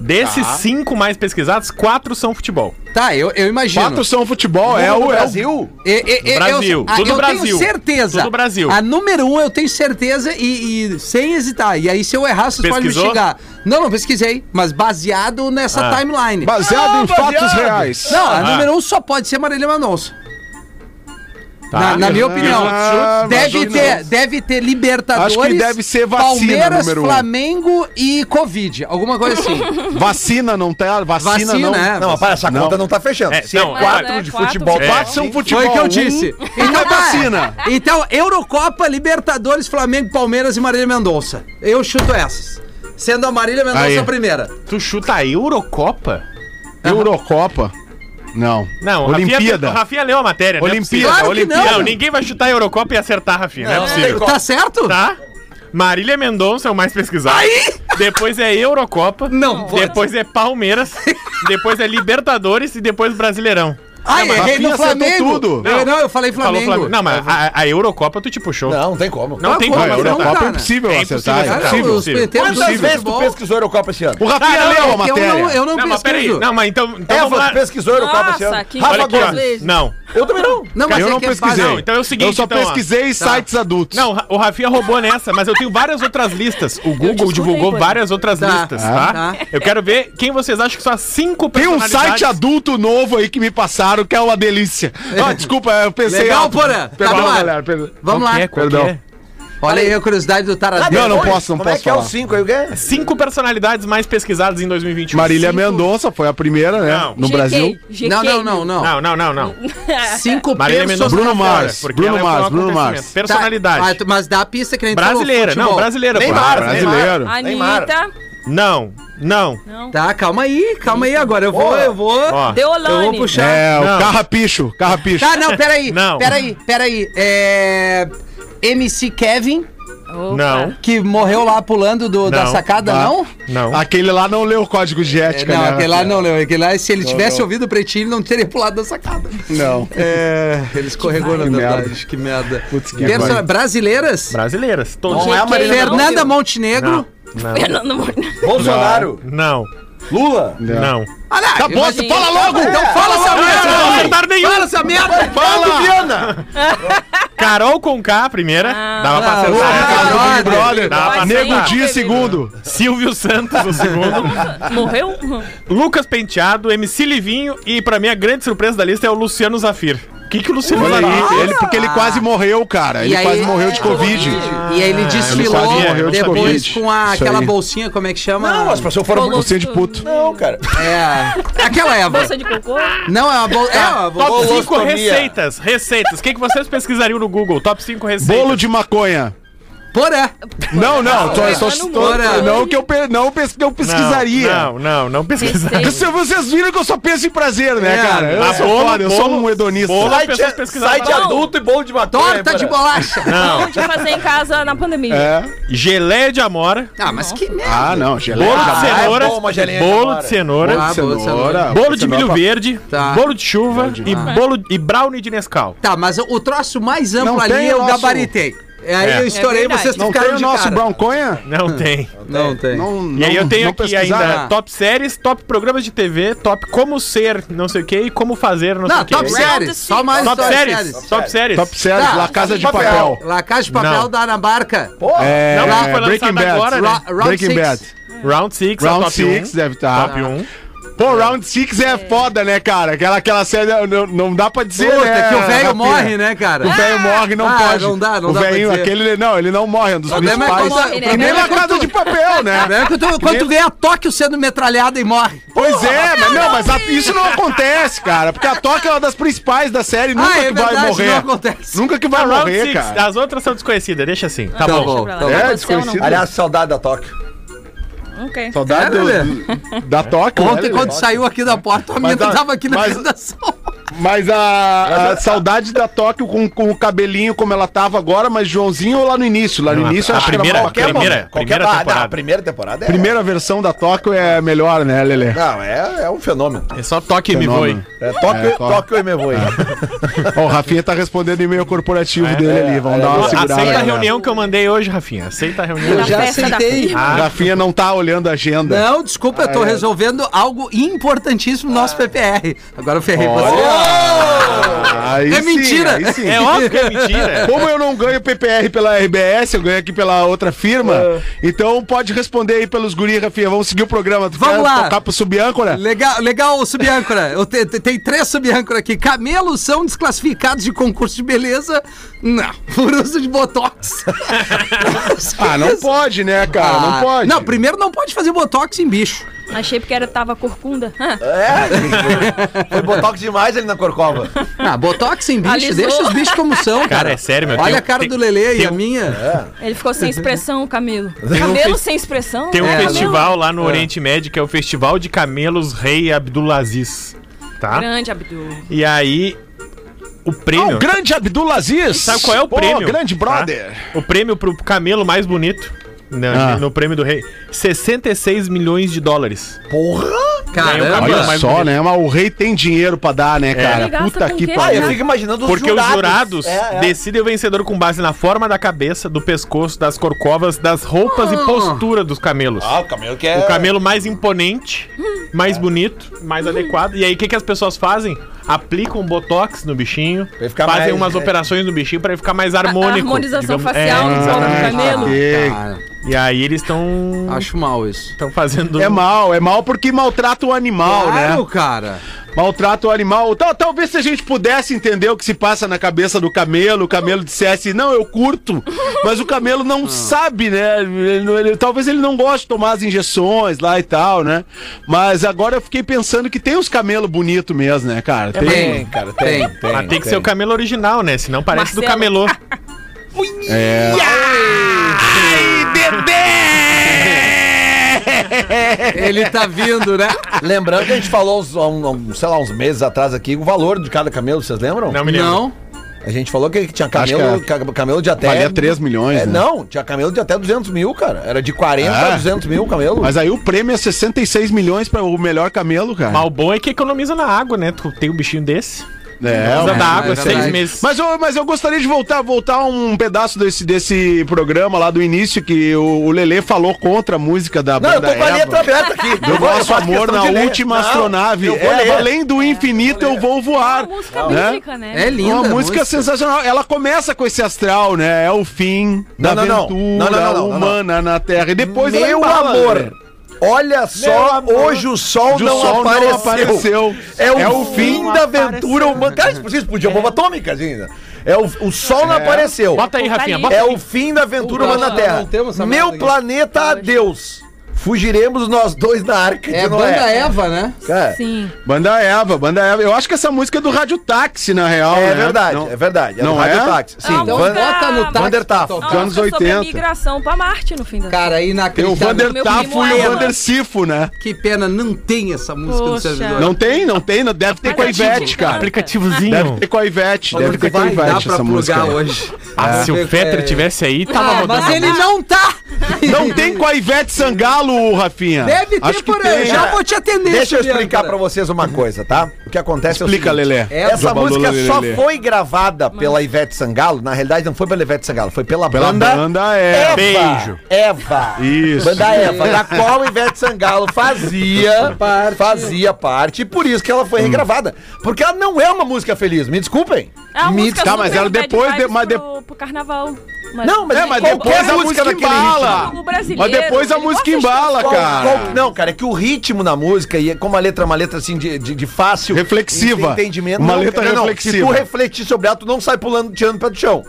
[SPEAKER 7] Desses cinco mais pesquisados, quatro são futebol.
[SPEAKER 4] Tá, eu, eu imagino.
[SPEAKER 5] Quatro são futebol, é o, é o-
[SPEAKER 4] E- e- e-
[SPEAKER 7] Brasil,
[SPEAKER 4] eu, ah,
[SPEAKER 7] tudo
[SPEAKER 4] eu tenho
[SPEAKER 7] Brasil,
[SPEAKER 4] certeza.
[SPEAKER 7] tudo Brasil.
[SPEAKER 4] A número um eu tenho certeza e, e sem hesitar. E aí, se eu errar, vocês podem me
[SPEAKER 7] Pesquisou?
[SPEAKER 4] xingar. Não, não pesquisei, mas baseado nessa
[SPEAKER 7] Ah.
[SPEAKER 4] timeline.
[SPEAKER 5] Baseado em fatos reais.
[SPEAKER 4] Não, a
[SPEAKER 7] Ah.
[SPEAKER 4] número um só pode ser Marília Mendonça.
[SPEAKER 7] Tá.
[SPEAKER 4] Na, na minha opinião.
[SPEAKER 5] Ah,
[SPEAKER 4] deve,
[SPEAKER 5] mas
[SPEAKER 4] ter, deve ter Libertadores.
[SPEAKER 5] Acho que deve ser vacina,
[SPEAKER 4] Palmeiras,
[SPEAKER 5] número um.
[SPEAKER 4] Flamengo e Covid. Alguma coisa assim.
[SPEAKER 5] Vacina não tá, vacina,
[SPEAKER 4] Vacina,
[SPEAKER 5] não.
[SPEAKER 4] né?
[SPEAKER 6] Não, mas para, essa
[SPEAKER 5] Não.
[SPEAKER 6] conta não tá fechando.
[SPEAKER 7] É,
[SPEAKER 6] Se é
[SPEAKER 7] não, é,
[SPEAKER 6] quatro
[SPEAKER 8] né,
[SPEAKER 6] de
[SPEAKER 8] quatro
[SPEAKER 6] futebol,
[SPEAKER 7] de
[SPEAKER 5] Quatro
[SPEAKER 6] quatro
[SPEAKER 5] são
[SPEAKER 6] são
[SPEAKER 5] futebol.
[SPEAKER 6] futebol.
[SPEAKER 4] Foi o que eu
[SPEAKER 5] um
[SPEAKER 4] disse.
[SPEAKER 5] Não é
[SPEAKER 4] tá.
[SPEAKER 5] vacina.
[SPEAKER 4] Então, Eurocopa, Libertadores, Flamengo, Palmeiras e Marília Mendonça. Eu chuto essas. Sendo a Marília Mendonça
[SPEAKER 5] Aí.
[SPEAKER 4] a primeira.
[SPEAKER 7] ah, Tu chuta a Eurocopa?
[SPEAKER 5] um. Eurocopa? Não.
[SPEAKER 7] Não, o
[SPEAKER 5] Olimpíada.
[SPEAKER 7] Rafinha, o Rafinha leu a matéria. não é
[SPEAKER 5] Olimpíada,
[SPEAKER 7] possível.
[SPEAKER 4] Claro que não.
[SPEAKER 5] Olimpíada.
[SPEAKER 7] Não, ninguém vai chutar a Eurocopa e acertar, Rafinha. Não, é possível.
[SPEAKER 4] Tá certo?
[SPEAKER 7] Tá? Marília Mendonça é o mais pesquisado.
[SPEAKER 4] Aí!
[SPEAKER 7] Depois é Eurocopa.
[SPEAKER 4] Não, pode.
[SPEAKER 7] Depois é Palmeiras. depois é Libertadores e depois Brasileirão.
[SPEAKER 4] Ah, errei
[SPEAKER 5] Rafinha
[SPEAKER 4] no
[SPEAKER 5] acertou
[SPEAKER 4] Flamengo.
[SPEAKER 5] tudo.
[SPEAKER 4] Eu, não, eu falei Flamengo.
[SPEAKER 7] Falou
[SPEAKER 4] É, Tá
[SPEAKER 7] Flamengo. Não, mas a, a Eurocopa tu te puxou.
[SPEAKER 6] Não, não tem como.
[SPEAKER 7] Não tem
[SPEAKER 4] Não,
[SPEAKER 7] como.
[SPEAKER 5] a
[SPEAKER 4] Eurocopa
[SPEAKER 7] acertar.
[SPEAKER 5] Eurocopa
[SPEAKER 4] dá,
[SPEAKER 5] é
[SPEAKER 4] né?
[SPEAKER 5] impossível
[SPEAKER 7] É
[SPEAKER 5] acertar. é
[SPEAKER 7] impossível,
[SPEAKER 4] Cara,
[SPEAKER 5] impossível.
[SPEAKER 4] os penteiros
[SPEAKER 6] Quantas
[SPEAKER 4] do
[SPEAKER 6] vezes
[SPEAKER 4] futebol- é
[SPEAKER 6] tu pesquisou a Eurocopa esse ano?
[SPEAKER 5] O tá Rafinha
[SPEAKER 7] Não, não,
[SPEAKER 5] leu a
[SPEAKER 4] Eu
[SPEAKER 5] matéria.
[SPEAKER 4] Ah, não, eu não,
[SPEAKER 7] Não, mas peraí.
[SPEAKER 4] pesquiso. É,
[SPEAKER 7] Não, mas então. então vamos
[SPEAKER 6] Evas
[SPEAKER 7] lá.
[SPEAKER 6] pesquisou a Eurocopa
[SPEAKER 8] Nossa,
[SPEAKER 6] esse ano.
[SPEAKER 8] que
[SPEAKER 6] Rafa
[SPEAKER 7] Olha aqui,
[SPEAKER 8] quantas
[SPEAKER 6] Gomes.
[SPEAKER 8] vezes?
[SPEAKER 7] ó. Não.
[SPEAKER 6] Eu também não.
[SPEAKER 4] Não, mas
[SPEAKER 5] eu
[SPEAKER 4] é
[SPEAKER 5] não
[SPEAKER 4] que é
[SPEAKER 5] pesquisei.
[SPEAKER 4] base-
[SPEAKER 7] Não, então é o seguinte,
[SPEAKER 5] Eu só
[SPEAKER 7] então, ó.
[SPEAKER 5] pesquisei
[SPEAKER 4] Tá.
[SPEAKER 5] sites adultos.
[SPEAKER 7] Não, o Ra- o Rafinha roubou nessa, mas eu tenho várias outras listas. O Google
[SPEAKER 8] escutei,
[SPEAKER 7] divulgou
[SPEAKER 8] Porã.
[SPEAKER 7] várias outras
[SPEAKER 4] Tá,
[SPEAKER 7] listas,
[SPEAKER 4] tá,
[SPEAKER 7] tá?
[SPEAKER 4] tá.
[SPEAKER 7] Eu quero ver quem vocês acham que são as cinco
[SPEAKER 5] Tem um
[SPEAKER 7] personalidades-
[SPEAKER 5] site adulto novo aí que me passaram, que é uma delícia. Ah, desculpa, eu pensei.
[SPEAKER 4] Legal,
[SPEAKER 5] ah,
[SPEAKER 4] Porã. Tá
[SPEAKER 5] Perdão,
[SPEAKER 4] no ar.
[SPEAKER 5] galera. perdão.
[SPEAKER 4] Vamos lá.
[SPEAKER 7] Qual que é? Qual que
[SPEAKER 5] Perdão.
[SPEAKER 7] é?
[SPEAKER 4] Olha aí a curiosidade do Taradeu.
[SPEAKER 5] Não, não
[SPEAKER 6] Oi,
[SPEAKER 5] posso, não
[SPEAKER 6] como
[SPEAKER 5] posso
[SPEAKER 6] é que é o
[SPEAKER 5] falar.
[SPEAKER 6] 5 aí? o quê?
[SPEAKER 7] Cinco personalidades mais pesquisadas em 2021.
[SPEAKER 5] Marília
[SPEAKER 7] Cinco.
[SPEAKER 5] Mendonça foi a primeira, né?
[SPEAKER 7] Não.
[SPEAKER 5] No
[SPEAKER 8] GK,
[SPEAKER 5] Brasil.
[SPEAKER 8] GK.
[SPEAKER 4] Não, não, não, não.
[SPEAKER 7] Não, não, não, não.
[SPEAKER 4] Cinco
[SPEAKER 7] Marília Mendonça.
[SPEAKER 5] Bruno
[SPEAKER 7] tá
[SPEAKER 5] Mars,
[SPEAKER 7] fora, porque
[SPEAKER 5] Bruno
[SPEAKER 7] ela é um
[SPEAKER 5] Mars, Bruno
[SPEAKER 7] acontecimento.
[SPEAKER 5] Mars.
[SPEAKER 4] Tá, mas
[SPEAKER 7] Personalidade.
[SPEAKER 4] tu- mas dá a pista que nem
[SPEAKER 7] Brasileira, não, brasileira. pô.
[SPEAKER 6] Neymar,
[SPEAKER 5] Brasileiro.
[SPEAKER 6] Neymar.
[SPEAKER 8] Anitta.
[SPEAKER 7] Não, não.
[SPEAKER 4] Tá, calma aí, calma aí agora. Eu vou,
[SPEAKER 6] Boa.
[SPEAKER 4] eu vou.
[SPEAKER 7] Ó,
[SPEAKER 4] Eu vou
[SPEAKER 8] Deolane.
[SPEAKER 4] puxar.
[SPEAKER 5] É, o
[SPEAKER 7] Não.
[SPEAKER 5] Carrapicho, Carrapicho.
[SPEAKER 4] Tá, não, peraí.
[SPEAKER 7] Não.
[SPEAKER 4] Peraí, peraí. É. MC Kevin,
[SPEAKER 8] Opa.
[SPEAKER 7] Não.
[SPEAKER 4] que morreu lá pulando do- da
[SPEAKER 7] Não.
[SPEAKER 4] sacada,
[SPEAKER 5] Ah.
[SPEAKER 4] não?
[SPEAKER 7] não.
[SPEAKER 5] Aquele lá não leu o código de
[SPEAKER 4] É,
[SPEAKER 5] ética,
[SPEAKER 4] não,
[SPEAKER 5] né?
[SPEAKER 4] aquele lá não, Leo. Aquele lá, se ele tivesse ouvido o pretinho, ele não teria pulado da sacada.
[SPEAKER 5] Não.
[SPEAKER 4] É, ele escorregou na
[SPEAKER 5] Que
[SPEAKER 4] verdade.
[SPEAKER 5] merda.
[SPEAKER 4] Que merda.
[SPEAKER 5] Putz, que
[SPEAKER 4] Perso-
[SPEAKER 5] agora.
[SPEAKER 4] Brasileiras?
[SPEAKER 7] Brasileiras. Todos.
[SPEAKER 6] Não é a Marília
[SPEAKER 4] Fernanda
[SPEAKER 6] Mendonça.
[SPEAKER 4] Montenegro.
[SPEAKER 7] Não, não,
[SPEAKER 8] Fernando Mourão.
[SPEAKER 6] Bolsonaro.
[SPEAKER 7] não,
[SPEAKER 6] Lula.
[SPEAKER 7] não.
[SPEAKER 4] Olha,
[SPEAKER 5] Tá bom, tu fala logo!
[SPEAKER 4] Então fala essa
[SPEAKER 7] não
[SPEAKER 4] merda!
[SPEAKER 7] acertaram nenhum.
[SPEAKER 4] Fala essa merda!
[SPEAKER 5] Fala!
[SPEAKER 7] Carol Conká, primeira. Dava pra
[SPEAKER 4] Ah,
[SPEAKER 7] acertar.
[SPEAKER 4] Carol.
[SPEAKER 5] Cara, do Big
[SPEAKER 4] Brother.
[SPEAKER 5] Brother.
[SPEAKER 7] Dá pra
[SPEAKER 5] Nego
[SPEAKER 7] acertar.
[SPEAKER 5] Dia segundo.
[SPEAKER 7] Silvio Santos, o segundo.
[SPEAKER 8] Morreu?
[SPEAKER 7] Lucas Penteado, MC Livinho e, pra mim, a grande surpresa da lista é o Luciano Zafir. O que, que o Luciano
[SPEAKER 5] Olha
[SPEAKER 7] Zafir
[SPEAKER 5] aí,
[SPEAKER 7] fez?
[SPEAKER 5] ele, porque ele quase morreu, cara. Ele
[SPEAKER 4] E aí-
[SPEAKER 5] quase morreu de
[SPEAKER 4] é,
[SPEAKER 5] Covid.
[SPEAKER 4] E aí ele desfilou
[SPEAKER 5] quase morreu de
[SPEAKER 4] depois
[SPEAKER 5] Covid.
[SPEAKER 4] com a-
[SPEAKER 5] Isso
[SPEAKER 4] aquela
[SPEAKER 5] aí.
[SPEAKER 4] bolsinha, como é que chama?
[SPEAKER 6] Não, as pessoas foram muito...
[SPEAKER 5] Você é de puto.
[SPEAKER 6] Não, cara.
[SPEAKER 4] É. Aquela Eva.
[SPEAKER 8] Bolsa de cocô?
[SPEAKER 4] Não, é uma bolsa. É uma bolsa.
[SPEAKER 7] Top 5
[SPEAKER 6] Colostomia.
[SPEAKER 7] receitas. Receitas. O que, que vocês pesquisariam no Google? Top 5 receitas.
[SPEAKER 5] Bolo de maconha.
[SPEAKER 4] Porã.
[SPEAKER 5] Não, não, tô,
[SPEAKER 8] é,
[SPEAKER 5] só,
[SPEAKER 8] tá no
[SPEAKER 5] tô-
[SPEAKER 4] Bora.
[SPEAKER 5] não que eu, pe- não, pes- que eu
[SPEAKER 7] Não,
[SPEAKER 5] pesquisaria.
[SPEAKER 7] Não, não, não pesquisaria.
[SPEAKER 8] Receita.
[SPEAKER 5] Se vocês viram que eu só penso em prazer, né,
[SPEAKER 4] É,
[SPEAKER 5] cara? Eu
[SPEAKER 7] mas
[SPEAKER 5] sou
[SPEAKER 7] bolo,
[SPEAKER 5] foda, eu sou um
[SPEAKER 7] bolo,
[SPEAKER 5] hedonista.
[SPEAKER 7] bolo. As pessoas
[SPEAKER 6] Site,
[SPEAKER 7] pesquisaram
[SPEAKER 6] site
[SPEAKER 7] bastante.
[SPEAKER 6] adulto e bolo de maconha.
[SPEAKER 4] Torta
[SPEAKER 6] hein,
[SPEAKER 4] de
[SPEAKER 6] Porã?
[SPEAKER 4] bolacha.
[SPEAKER 7] Não.
[SPEAKER 8] Onde fazer em casa na pandemia?
[SPEAKER 5] É.
[SPEAKER 7] Geleia de amora.
[SPEAKER 4] Ah, mas que merda.
[SPEAKER 5] Ah, não, gelé.
[SPEAKER 7] Bolo de
[SPEAKER 6] Ah, é
[SPEAKER 7] cenoura.
[SPEAKER 6] bom uma gelinha de
[SPEAKER 7] Bolo
[SPEAKER 6] amora.
[SPEAKER 7] de cenoura.
[SPEAKER 4] Ah, bolo de cenoura.
[SPEAKER 7] Bolo de milho
[SPEAKER 5] pra-
[SPEAKER 7] verde,
[SPEAKER 4] Tá.
[SPEAKER 7] bolo de chuva e bolo e brownie de Nescau.
[SPEAKER 4] Tá, mas o troço mais amplo
[SPEAKER 5] Não
[SPEAKER 4] ali
[SPEAKER 5] tem
[SPEAKER 4] eu
[SPEAKER 5] nosso-
[SPEAKER 4] gabaritei. Aí
[SPEAKER 7] É.
[SPEAKER 4] eu estourei,
[SPEAKER 8] É verdade.
[SPEAKER 4] vocês
[SPEAKER 5] Não tem
[SPEAKER 4] ficaram
[SPEAKER 5] o
[SPEAKER 4] de
[SPEAKER 5] nosso
[SPEAKER 4] cara.
[SPEAKER 5] Bronconha?
[SPEAKER 7] Não tem.
[SPEAKER 4] Não tem.
[SPEAKER 5] Não,
[SPEAKER 7] e aí eu tenho
[SPEAKER 5] não
[SPEAKER 7] aqui
[SPEAKER 5] pesquisaram?
[SPEAKER 7] ainda
[SPEAKER 4] Ah.
[SPEAKER 7] top séries, top programas de TV, top como ser, não sei o que, e como fazer, não, sei
[SPEAKER 4] Não,
[SPEAKER 7] o que.
[SPEAKER 4] top séries. Só mais
[SPEAKER 7] Top
[SPEAKER 4] histórias
[SPEAKER 7] séries. Top séries.
[SPEAKER 5] Top séries,
[SPEAKER 4] Tá.
[SPEAKER 5] La Casa de
[SPEAKER 6] Casa de
[SPEAKER 5] Papel.
[SPEAKER 4] La Casa de Papel
[SPEAKER 7] Não.
[SPEAKER 4] da Ana Barca.
[SPEAKER 6] Pô,
[SPEAKER 5] É,
[SPEAKER 7] Não, mas foi lançado
[SPEAKER 5] Breaking Bad.
[SPEAKER 7] agora, né?
[SPEAKER 4] Ra- Round
[SPEAKER 5] Breaking
[SPEAKER 4] Six.
[SPEAKER 5] Bad.
[SPEAKER 7] Round 6
[SPEAKER 5] Round 6 deve estar.
[SPEAKER 7] é um. Top 1.
[SPEAKER 5] Pô, Round Six é foda, né, cara? Aquela, aquela série não, não dá pra dizer,
[SPEAKER 4] Puta,
[SPEAKER 5] né?
[SPEAKER 4] que o velho
[SPEAKER 5] Rafinha?
[SPEAKER 4] morre, né, cara?
[SPEAKER 5] O velho morre, não
[SPEAKER 4] Ah,
[SPEAKER 5] pode.
[SPEAKER 4] não dá, não
[SPEAKER 5] o
[SPEAKER 4] dá pra
[SPEAKER 5] velhinho,
[SPEAKER 4] dizer.
[SPEAKER 5] aquele, não, ele não morre, é um dos
[SPEAKER 4] O problema é
[SPEAKER 5] principais.
[SPEAKER 4] quando-
[SPEAKER 8] Morre, né?
[SPEAKER 5] Que nem
[SPEAKER 8] Primeiro
[SPEAKER 5] na casa de papel, né?
[SPEAKER 4] É que tu- quando tu ganha toque sendo metralhado e morre.
[SPEAKER 5] Pois é, mas não, mas a- isso não acontece, cara. Porque a Toca é uma das principais da série, nunca
[SPEAKER 4] é
[SPEAKER 5] que vai
[SPEAKER 4] verdade,
[SPEAKER 5] morrer.
[SPEAKER 4] não acontece.
[SPEAKER 5] Nunca que vai
[SPEAKER 7] Round
[SPEAKER 5] morrer,
[SPEAKER 7] Tá six. É,
[SPEAKER 5] cara.
[SPEAKER 7] As outras são desconhecidas, deixa assim. Tá
[SPEAKER 4] Tá
[SPEAKER 7] bom.
[SPEAKER 4] bom, tá bom.
[SPEAKER 5] É,
[SPEAKER 8] aconteceu, não-
[SPEAKER 5] desconhecido.
[SPEAKER 6] Aliás, saudade da Tóquio.
[SPEAKER 8] Ok.
[SPEAKER 5] Saudade
[SPEAKER 4] É,
[SPEAKER 5] do-
[SPEAKER 4] né?
[SPEAKER 5] do- da Toca.
[SPEAKER 4] Ontem,
[SPEAKER 5] né?
[SPEAKER 4] quando saiu aqui da porta, a menina
[SPEAKER 5] dá-
[SPEAKER 4] tava aqui na
[SPEAKER 5] mas-
[SPEAKER 4] redação.
[SPEAKER 5] Mas a, a saudade da Tóquio com, com o cabelinho como ela tava agora, mas Joãozinho ou lá no início? Lá no início
[SPEAKER 7] a
[SPEAKER 5] acho
[SPEAKER 7] primeira-
[SPEAKER 5] que era
[SPEAKER 7] a primeira-
[SPEAKER 5] momento.
[SPEAKER 6] Qualquer
[SPEAKER 7] primeira
[SPEAKER 6] ba-
[SPEAKER 7] temporada.
[SPEAKER 6] Não, a primeira temporada é.
[SPEAKER 5] É, Primeira versão da Tóquio é melhor, né, Lelê?
[SPEAKER 6] Não, é, é um fenômeno.
[SPEAKER 7] É só toque e me voe.
[SPEAKER 5] Fenômeno.
[SPEAKER 6] É, Tóquio,
[SPEAKER 5] É, Tóquio.
[SPEAKER 6] Tóquio e me vou aí.
[SPEAKER 5] Ó, o Rafinha tá respondendo o e-mail corporativo dele ali. Vamos dar uma segurada.
[SPEAKER 7] É, Aceita a
[SPEAKER 5] né?
[SPEAKER 7] reunião que eu mandei hoje, Rafinha. Aceita a reunião.
[SPEAKER 8] Eu já- festa da
[SPEAKER 4] aceitei.
[SPEAKER 5] A Rafinha não tá olhando a agenda.
[SPEAKER 4] Não, desculpa, eu tô resolvendo algo importantíssimo no nosso PPR. Agora eu ferrei você.
[SPEAKER 5] Aí
[SPEAKER 4] É
[SPEAKER 5] sim,
[SPEAKER 4] mentira.
[SPEAKER 5] aí sim.
[SPEAKER 7] É óbvio que é mentira.
[SPEAKER 5] Como eu não ganho PPR pela RBS, eu ganho aqui pela outra firma.
[SPEAKER 4] É.
[SPEAKER 5] Então pode responder aí pelos guris, Rafinha. Vamos seguir o programa. Tu
[SPEAKER 4] Vamos
[SPEAKER 5] quer
[SPEAKER 4] lá.
[SPEAKER 5] tocar pro subâncora?
[SPEAKER 4] Legal, legal, subâncora. Eu te- te- tem três subâncora aqui. Camelos são desclassificados de concurso de beleza? Não. Por uso de botox.
[SPEAKER 5] Ah, não pode, né, cara?
[SPEAKER 4] Ah,
[SPEAKER 5] Não pode.
[SPEAKER 4] Não, primeiro não pode fazer botox em bicho.
[SPEAKER 8] Achei porque era, tava corcunda. Ah,
[SPEAKER 6] É, foi botox demais ali na Corcova.
[SPEAKER 4] Ah, botox em bicho,
[SPEAKER 8] Alisou.
[SPEAKER 4] deixa os bichos como são, cara.
[SPEAKER 7] é sério, meu,
[SPEAKER 4] Olha
[SPEAKER 7] tem-
[SPEAKER 4] a cara
[SPEAKER 7] tem-
[SPEAKER 4] do Lelê e
[SPEAKER 7] tem-
[SPEAKER 4] a minha.
[SPEAKER 8] Ele ficou sem expressão, o Camilo.
[SPEAKER 7] Tem um
[SPEAKER 8] Camelo
[SPEAKER 7] fe-
[SPEAKER 8] sem expressão?
[SPEAKER 7] Tem um
[SPEAKER 8] É,
[SPEAKER 7] festival lá no Oriente Médio que é o Festival de Camelos Rei Abdulaziz.
[SPEAKER 8] Camelo.
[SPEAKER 7] Tá?
[SPEAKER 8] Grande, Abdul.
[SPEAKER 7] E aí, o
[SPEAKER 5] Ah,
[SPEAKER 7] prêmio.
[SPEAKER 5] o grande Abdulaziz.
[SPEAKER 7] Sabe qual é o
[SPEAKER 5] Pô,
[SPEAKER 7] prêmio?
[SPEAKER 5] grande
[SPEAKER 7] tá?
[SPEAKER 5] brother.
[SPEAKER 7] O prêmio pro camelo mais bonito. né,
[SPEAKER 5] Ah.
[SPEAKER 7] No prêmio do rei, 66 milhões de dólares.
[SPEAKER 4] Caramba.
[SPEAKER 7] cabelo.
[SPEAKER 5] Olha
[SPEAKER 7] mas- É.
[SPEAKER 5] só, né? Mas o rei tem dinheiro pra dar, né, cara?
[SPEAKER 8] Ele gasta
[SPEAKER 5] Puta
[SPEAKER 8] com
[SPEAKER 5] que
[SPEAKER 8] quê?
[SPEAKER 6] Ah, eu
[SPEAKER 5] pariu.
[SPEAKER 6] fico imaginando os
[SPEAKER 7] Porque os jurados
[SPEAKER 6] É, é.
[SPEAKER 7] decidem o vencedor com base na forma da cabeça, do pescoço, das corcovas, das roupas e postura dos camelos.
[SPEAKER 6] Ah, o camelo que é.
[SPEAKER 7] O camelo mais imponente, mais bonito,
[SPEAKER 8] Hum.
[SPEAKER 7] mais adequado. E aí, o que, que as pessoas fazem? Aplicam um botox no bichinho,
[SPEAKER 6] Pra ficar
[SPEAKER 7] fazem
[SPEAKER 6] mais,
[SPEAKER 7] umas
[SPEAKER 6] é.
[SPEAKER 7] operações no bichinho pra ele ficar mais
[SPEAKER 8] A, a
[SPEAKER 7] harmônico.
[SPEAKER 8] harmonização
[SPEAKER 7] digamos.
[SPEAKER 8] facial né?
[SPEAKER 7] É,
[SPEAKER 8] no corpo do
[SPEAKER 7] exatamente.
[SPEAKER 8] Camelo.
[SPEAKER 4] Cara,
[SPEAKER 7] E aí, eles estão
[SPEAKER 4] acho mal isso.
[SPEAKER 7] estão fazendo.
[SPEAKER 5] É mal, é mal porque maltrata o animal, né?
[SPEAKER 4] Claro, cara.
[SPEAKER 5] maltrata o animal. Tal- talvez se a gente pudesse entender o que se passa na cabeça do camelo, o camelo dissesse, não, eu curto, mas o camelo
[SPEAKER 6] Ah.
[SPEAKER 5] não sabe, né? Ele não- ele- talvez ele não goste de tomar as injeções lá e tal, né? Mas agora eu fiquei pensando que tem uns camelos bonitos mesmo, né, cara?
[SPEAKER 6] É,
[SPEAKER 5] Tem.
[SPEAKER 6] Tem, cara, tem.
[SPEAKER 4] Tem.
[SPEAKER 7] Mas tem que ser o camelo original, né? Senão parece do
[SPEAKER 8] Marcelo.
[SPEAKER 7] camelô.
[SPEAKER 4] Ele tá vindo, né?
[SPEAKER 6] Lembrando que a gente falou, uns- há um- há um, sei lá, uns meses atrás aqui, o valor de cada camelo, vocês lembram?
[SPEAKER 7] Não me lembro.
[SPEAKER 4] Não.
[SPEAKER 6] A gente falou que tinha
[SPEAKER 5] Acho é.
[SPEAKER 6] camelo, ca- camelo de até.
[SPEAKER 5] Valia 3 milhões,
[SPEAKER 6] É,
[SPEAKER 5] né?
[SPEAKER 6] Não, tinha camelo de até 200 mil, cara. Era de 40
[SPEAKER 5] Ah.
[SPEAKER 6] a 200 mil o camelo.
[SPEAKER 5] Mas aí o prêmio é 66 milhões pra o melhor camelo, cara.
[SPEAKER 7] Mas o bom é que economiza na água, né? Tu tem um bichinho desse.
[SPEAKER 5] É,
[SPEAKER 7] Usa
[SPEAKER 5] o-
[SPEAKER 7] da água
[SPEAKER 4] é
[SPEAKER 7] seis
[SPEAKER 4] verdade.
[SPEAKER 7] meses.
[SPEAKER 5] Mas eu, mas eu gostaria de voltar, voltar um pedaço desse, desse programa lá do início, que o, o Lelê falou contra a música da
[SPEAKER 6] não, eu
[SPEAKER 5] banda
[SPEAKER 6] tô com a
[SPEAKER 5] Eva.
[SPEAKER 6] letra aberta aqui.
[SPEAKER 5] Do nosso
[SPEAKER 6] faço
[SPEAKER 5] amor
[SPEAKER 6] é questão
[SPEAKER 5] na
[SPEAKER 6] de ler.
[SPEAKER 5] última
[SPEAKER 6] Não,
[SPEAKER 5] astronave.
[SPEAKER 6] eu É vou
[SPEAKER 5] É,
[SPEAKER 6] ler.
[SPEAKER 5] além do infinito eu vou
[SPEAKER 8] A
[SPEAKER 5] voar.
[SPEAKER 8] música
[SPEAKER 5] Né?
[SPEAKER 8] bíblica, né?
[SPEAKER 4] É linda.
[SPEAKER 5] Uma
[SPEAKER 4] a
[SPEAKER 5] música sensacional. Ela começa com esse astral, né? É o fim
[SPEAKER 6] Não,
[SPEAKER 5] da
[SPEAKER 6] não, não.
[SPEAKER 5] aventura
[SPEAKER 6] Não, não, não, não, não.
[SPEAKER 5] humana na Terra. E depois ela
[SPEAKER 6] Meu
[SPEAKER 5] embala,
[SPEAKER 6] amor.
[SPEAKER 5] né?
[SPEAKER 6] Olha só, hoje o sol,
[SPEAKER 5] Hoje o
[SPEAKER 6] não,
[SPEAKER 5] sol não
[SPEAKER 6] apareceu.
[SPEAKER 5] apareceu.
[SPEAKER 6] É o,
[SPEAKER 5] É o
[SPEAKER 6] fim
[SPEAKER 5] fim
[SPEAKER 6] da aventura humana. Cara, isso precisa explodir a bomba atômica ainda. É o, o sol não apareceu.
[SPEAKER 7] Bota aí, Rafinha.
[SPEAKER 8] ali.
[SPEAKER 7] Bota
[SPEAKER 6] É o fim da aventura
[SPEAKER 4] Puta,
[SPEAKER 6] humana na
[SPEAKER 4] não
[SPEAKER 6] Terra.
[SPEAKER 4] temos essa
[SPEAKER 6] Meu
[SPEAKER 4] merda aqui.
[SPEAKER 6] planeta, adeus. Fugiremos nós dois da arca
[SPEAKER 4] É a
[SPEAKER 6] de
[SPEAKER 4] banda
[SPEAKER 6] Noé.
[SPEAKER 4] Eva, né?
[SPEAKER 6] Cara,
[SPEAKER 8] Sim.
[SPEAKER 5] Banda Eva, banda Eva. Eu acho que essa música é do Rádio Táxi, na real.
[SPEAKER 6] é
[SPEAKER 5] né?
[SPEAKER 6] verdade,
[SPEAKER 5] Não-
[SPEAKER 6] é verdade. É
[SPEAKER 5] Não
[SPEAKER 6] do Rádio
[SPEAKER 5] é?
[SPEAKER 6] Táxi. Sim,
[SPEAKER 8] Ah,
[SPEAKER 4] Então
[SPEAKER 8] Van-
[SPEAKER 4] bota no táxi.
[SPEAKER 6] Vander Taff.
[SPEAKER 4] pra
[SPEAKER 8] Uma
[SPEAKER 4] tocar.
[SPEAKER 5] anos
[SPEAKER 8] música sobre a
[SPEAKER 5] 80.
[SPEAKER 8] migração pra Marte, no fim da
[SPEAKER 4] Cara, é
[SPEAKER 5] Eu, o
[SPEAKER 4] inacreditável.
[SPEAKER 5] Vander
[SPEAKER 8] meu
[SPEAKER 5] Taff e
[SPEAKER 8] primo
[SPEAKER 5] o
[SPEAKER 8] Eva.
[SPEAKER 5] Vander Sifo, né?
[SPEAKER 4] Que pena, não tem essa música no
[SPEAKER 8] Poxa.
[SPEAKER 4] servidor.
[SPEAKER 5] Não tem, não tem. não- Deve ter com a
[SPEAKER 8] Aplicativo.
[SPEAKER 5] Ivete,
[SPEAKER 7] aí.
[SPEAKER 5] cara. Deve
[SPEAKER 7] um Aplicativozinho.
[SPEAKER 5] ter com a Ivete, deve ter com a
[SPEAKER 4] vai dar
[SPEAKER 5] Ivete
[SPEAKER 4] pra plugar
[SPEAKER 5] essa música.
[SPEAKER 4] hoje.
[SPEAKER 7] Ah,
[SPEAKER 4] É.
[SPEAKER 7] se o Fetter
[SPEAKER 4] É.
[SPEAKER 7] tivesse aí,
[SPEAKER 4] Ah,
[SPEAKER 7] tava
[SPEAKER 4] mas
[SPEAKER 7] rodando.
[SPEAKER 4] ele não tá.
[SPEAKER 5] Não tem com a Ivete Sangalo, Rafinha.
[SPEAKER 4] Deve ter
[SPEAKER 5] Acho que
[SPEAKER 4] por aí.
[SPEAKER 5] tem.
[SPEAKER 4] Já vou te atender.
[SPEAKER 6] Deixa eu
[SPEAKER 4] Juliano,
[SPEAKER 6] explicar
[SPEAKER 4] cara.
[SPEAKER 6] pra vocês uma coisa, tá? O que acontece
[SPEAKER 5] Explica,
[SPEAKER 6] é o seguinte,
[SPEAKER 5] Lelé.
[SPEAKER 6] Essa
[SPEAKER 5] Já falou,
[SPEAKER 6] música só
[SPEAKER 5] Lelê.
[SPEAKER 6] foi gravada pela Ivete Sangalo. Na realidade, não foi pela Ivete Sangalo, foi pela,
[SPEAKER 5] Pela
[SPEAKER 6] banda,
[SPEAKER 5] banda Eva.
[SPEAKER 7] Beijo.
[SPEAKER 6] Eva.
[SPEAKER 5] Isso.
[SPEAKER 6] Banda Eva, da qual Ivete Sangalo fazia parte. fazia parte. E por isso que ela
[SPEAKER 5] Hum.
[SPEAKER 6] foi regravada. Porque ela não é uma música feliz, me desculpem.
[SPEAKER 8] É uma
[SPEAKER 5] Me-
[SPEAKER 8] música
[SPEAKER 5] Tá,
[SPEAKER 8] super
[SPEAKER 5] mas ela
[SPEAKER 8] bad
[SPEAKER 5] depois de-
[SPEAKER 8] vibes
[SPEAKER 5] mas de-
[SPEAKER 8] pro, pro carnaval. Mas
[SPEAKER 6] Não, mas
[SPEAKER 5] É, mas
[SPEAKER 6] qualquer
[SPEAKER 5] depois a
[SPEAKER 6] música
[SPEAKER 5] música
[SPEAKER 6] daquele
[SPEAKER 5] embala.
[SPEAKER 8] O brasileiro,
[SPEAKER 5] Mas depois a
[SPEAKER 8] ele
[SPEAKER 5] música
[SPEAKER 8] gosta de
[SPEAKER 5] embala,
[SPEAKER 6] Qual-
[SPEAKER 5] cara.
[SPEAKER 6] qual- não, cara, é que o ritmo na música, e é como a letra é uma letra assim de, de, de fácil.
[SPEAKER 5] Reflexiva.
[SPEAKER 6] Entendimento.
[SPEAKER 5] Uma
[SPEAKER 6] não,
[SPEAKER 5] letra
[SPEAKER 6] cara, não.
[SPEAKER 5] reflexiva.
[SPEAKER 6] Se tu refletir sobre ela, tu não sai pulando, tirando o pé do chão.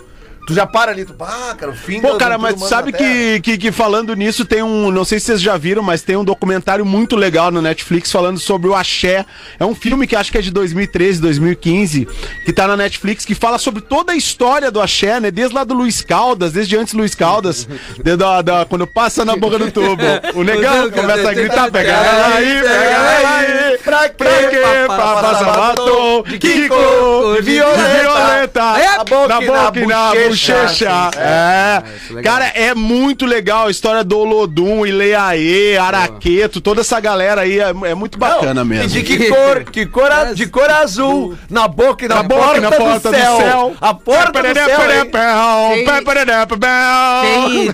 [SPEAKER 6] Tu já para ali, tu. Ah, cara, o fim
[SPEAKER 5] Pô,
[SPEAKER 6] do-
[SPEAKER 5] cara,
[SPEAKER 6] do
[SPEAKER 5] mas
[SPEAKER 6] ser humano
[SPEAKER 5] sabe
[SPEAKER 6] na Terra.
[SPEAKER 5] que, que, que falando nisso tem um. Não sei se vocês já viram, mas tem um documentário muito legal no Netflix falando sobre o Axé. É um filme que acho que é de 2013, 2015, que tá na Netflix, que fala sobre toda a história do Axé, né? Desde lá do Luiz Caldas, desde antes do Luiz Caldas, de- da, da- quando passa na boca do tubo. O negão começa a gritar: pega ela aí, pega ela aí.
[SPEAKER 6] Pra quê?
[SPEAKER 5] Pra quê?
[SPEAKER 6] Papá,
[SPEAKER 5] Pra Sabato,
[SPEAKER 6] de
[SPEAKER 5] Kiko,
[SPEAKER 6] Kiko,
[SPEAKER 5] de
[SPEAKER 6] Violeta.
[SPEAKER 5] Violeta,
[SPEAKER 6] Na boca
[SPEAKER 5] na
[SPEAKER 6] e na
[SPEAKER 5] boca e na
[SPEAKER 6] bochecha.
[SPEAKER 5] bochecha. É. Cara, é muito legal a história do Olodum, Ileaê, Araqueto, toda essa galera aí é, é muito bacana
[SPEAKER 6] E
[SPEAKER 5] mesmo.
[SPEAKER 6] de que cor? Que cor a- de cor azul. Na boca e na,
[SPEAKER 5] Na boca e
[SPEAKER 6] porta,
[SPEAKER 5] na porta
[SPEAKER 6] do,
[SPEAKER 5] do
[SPEAKER 6] céu.
[SPEAKER 5] céu.
[SPEAKER 6] A porta do céu. hein?
[SPEAKER 4] Tem-
[SPEAKER 5] Tem...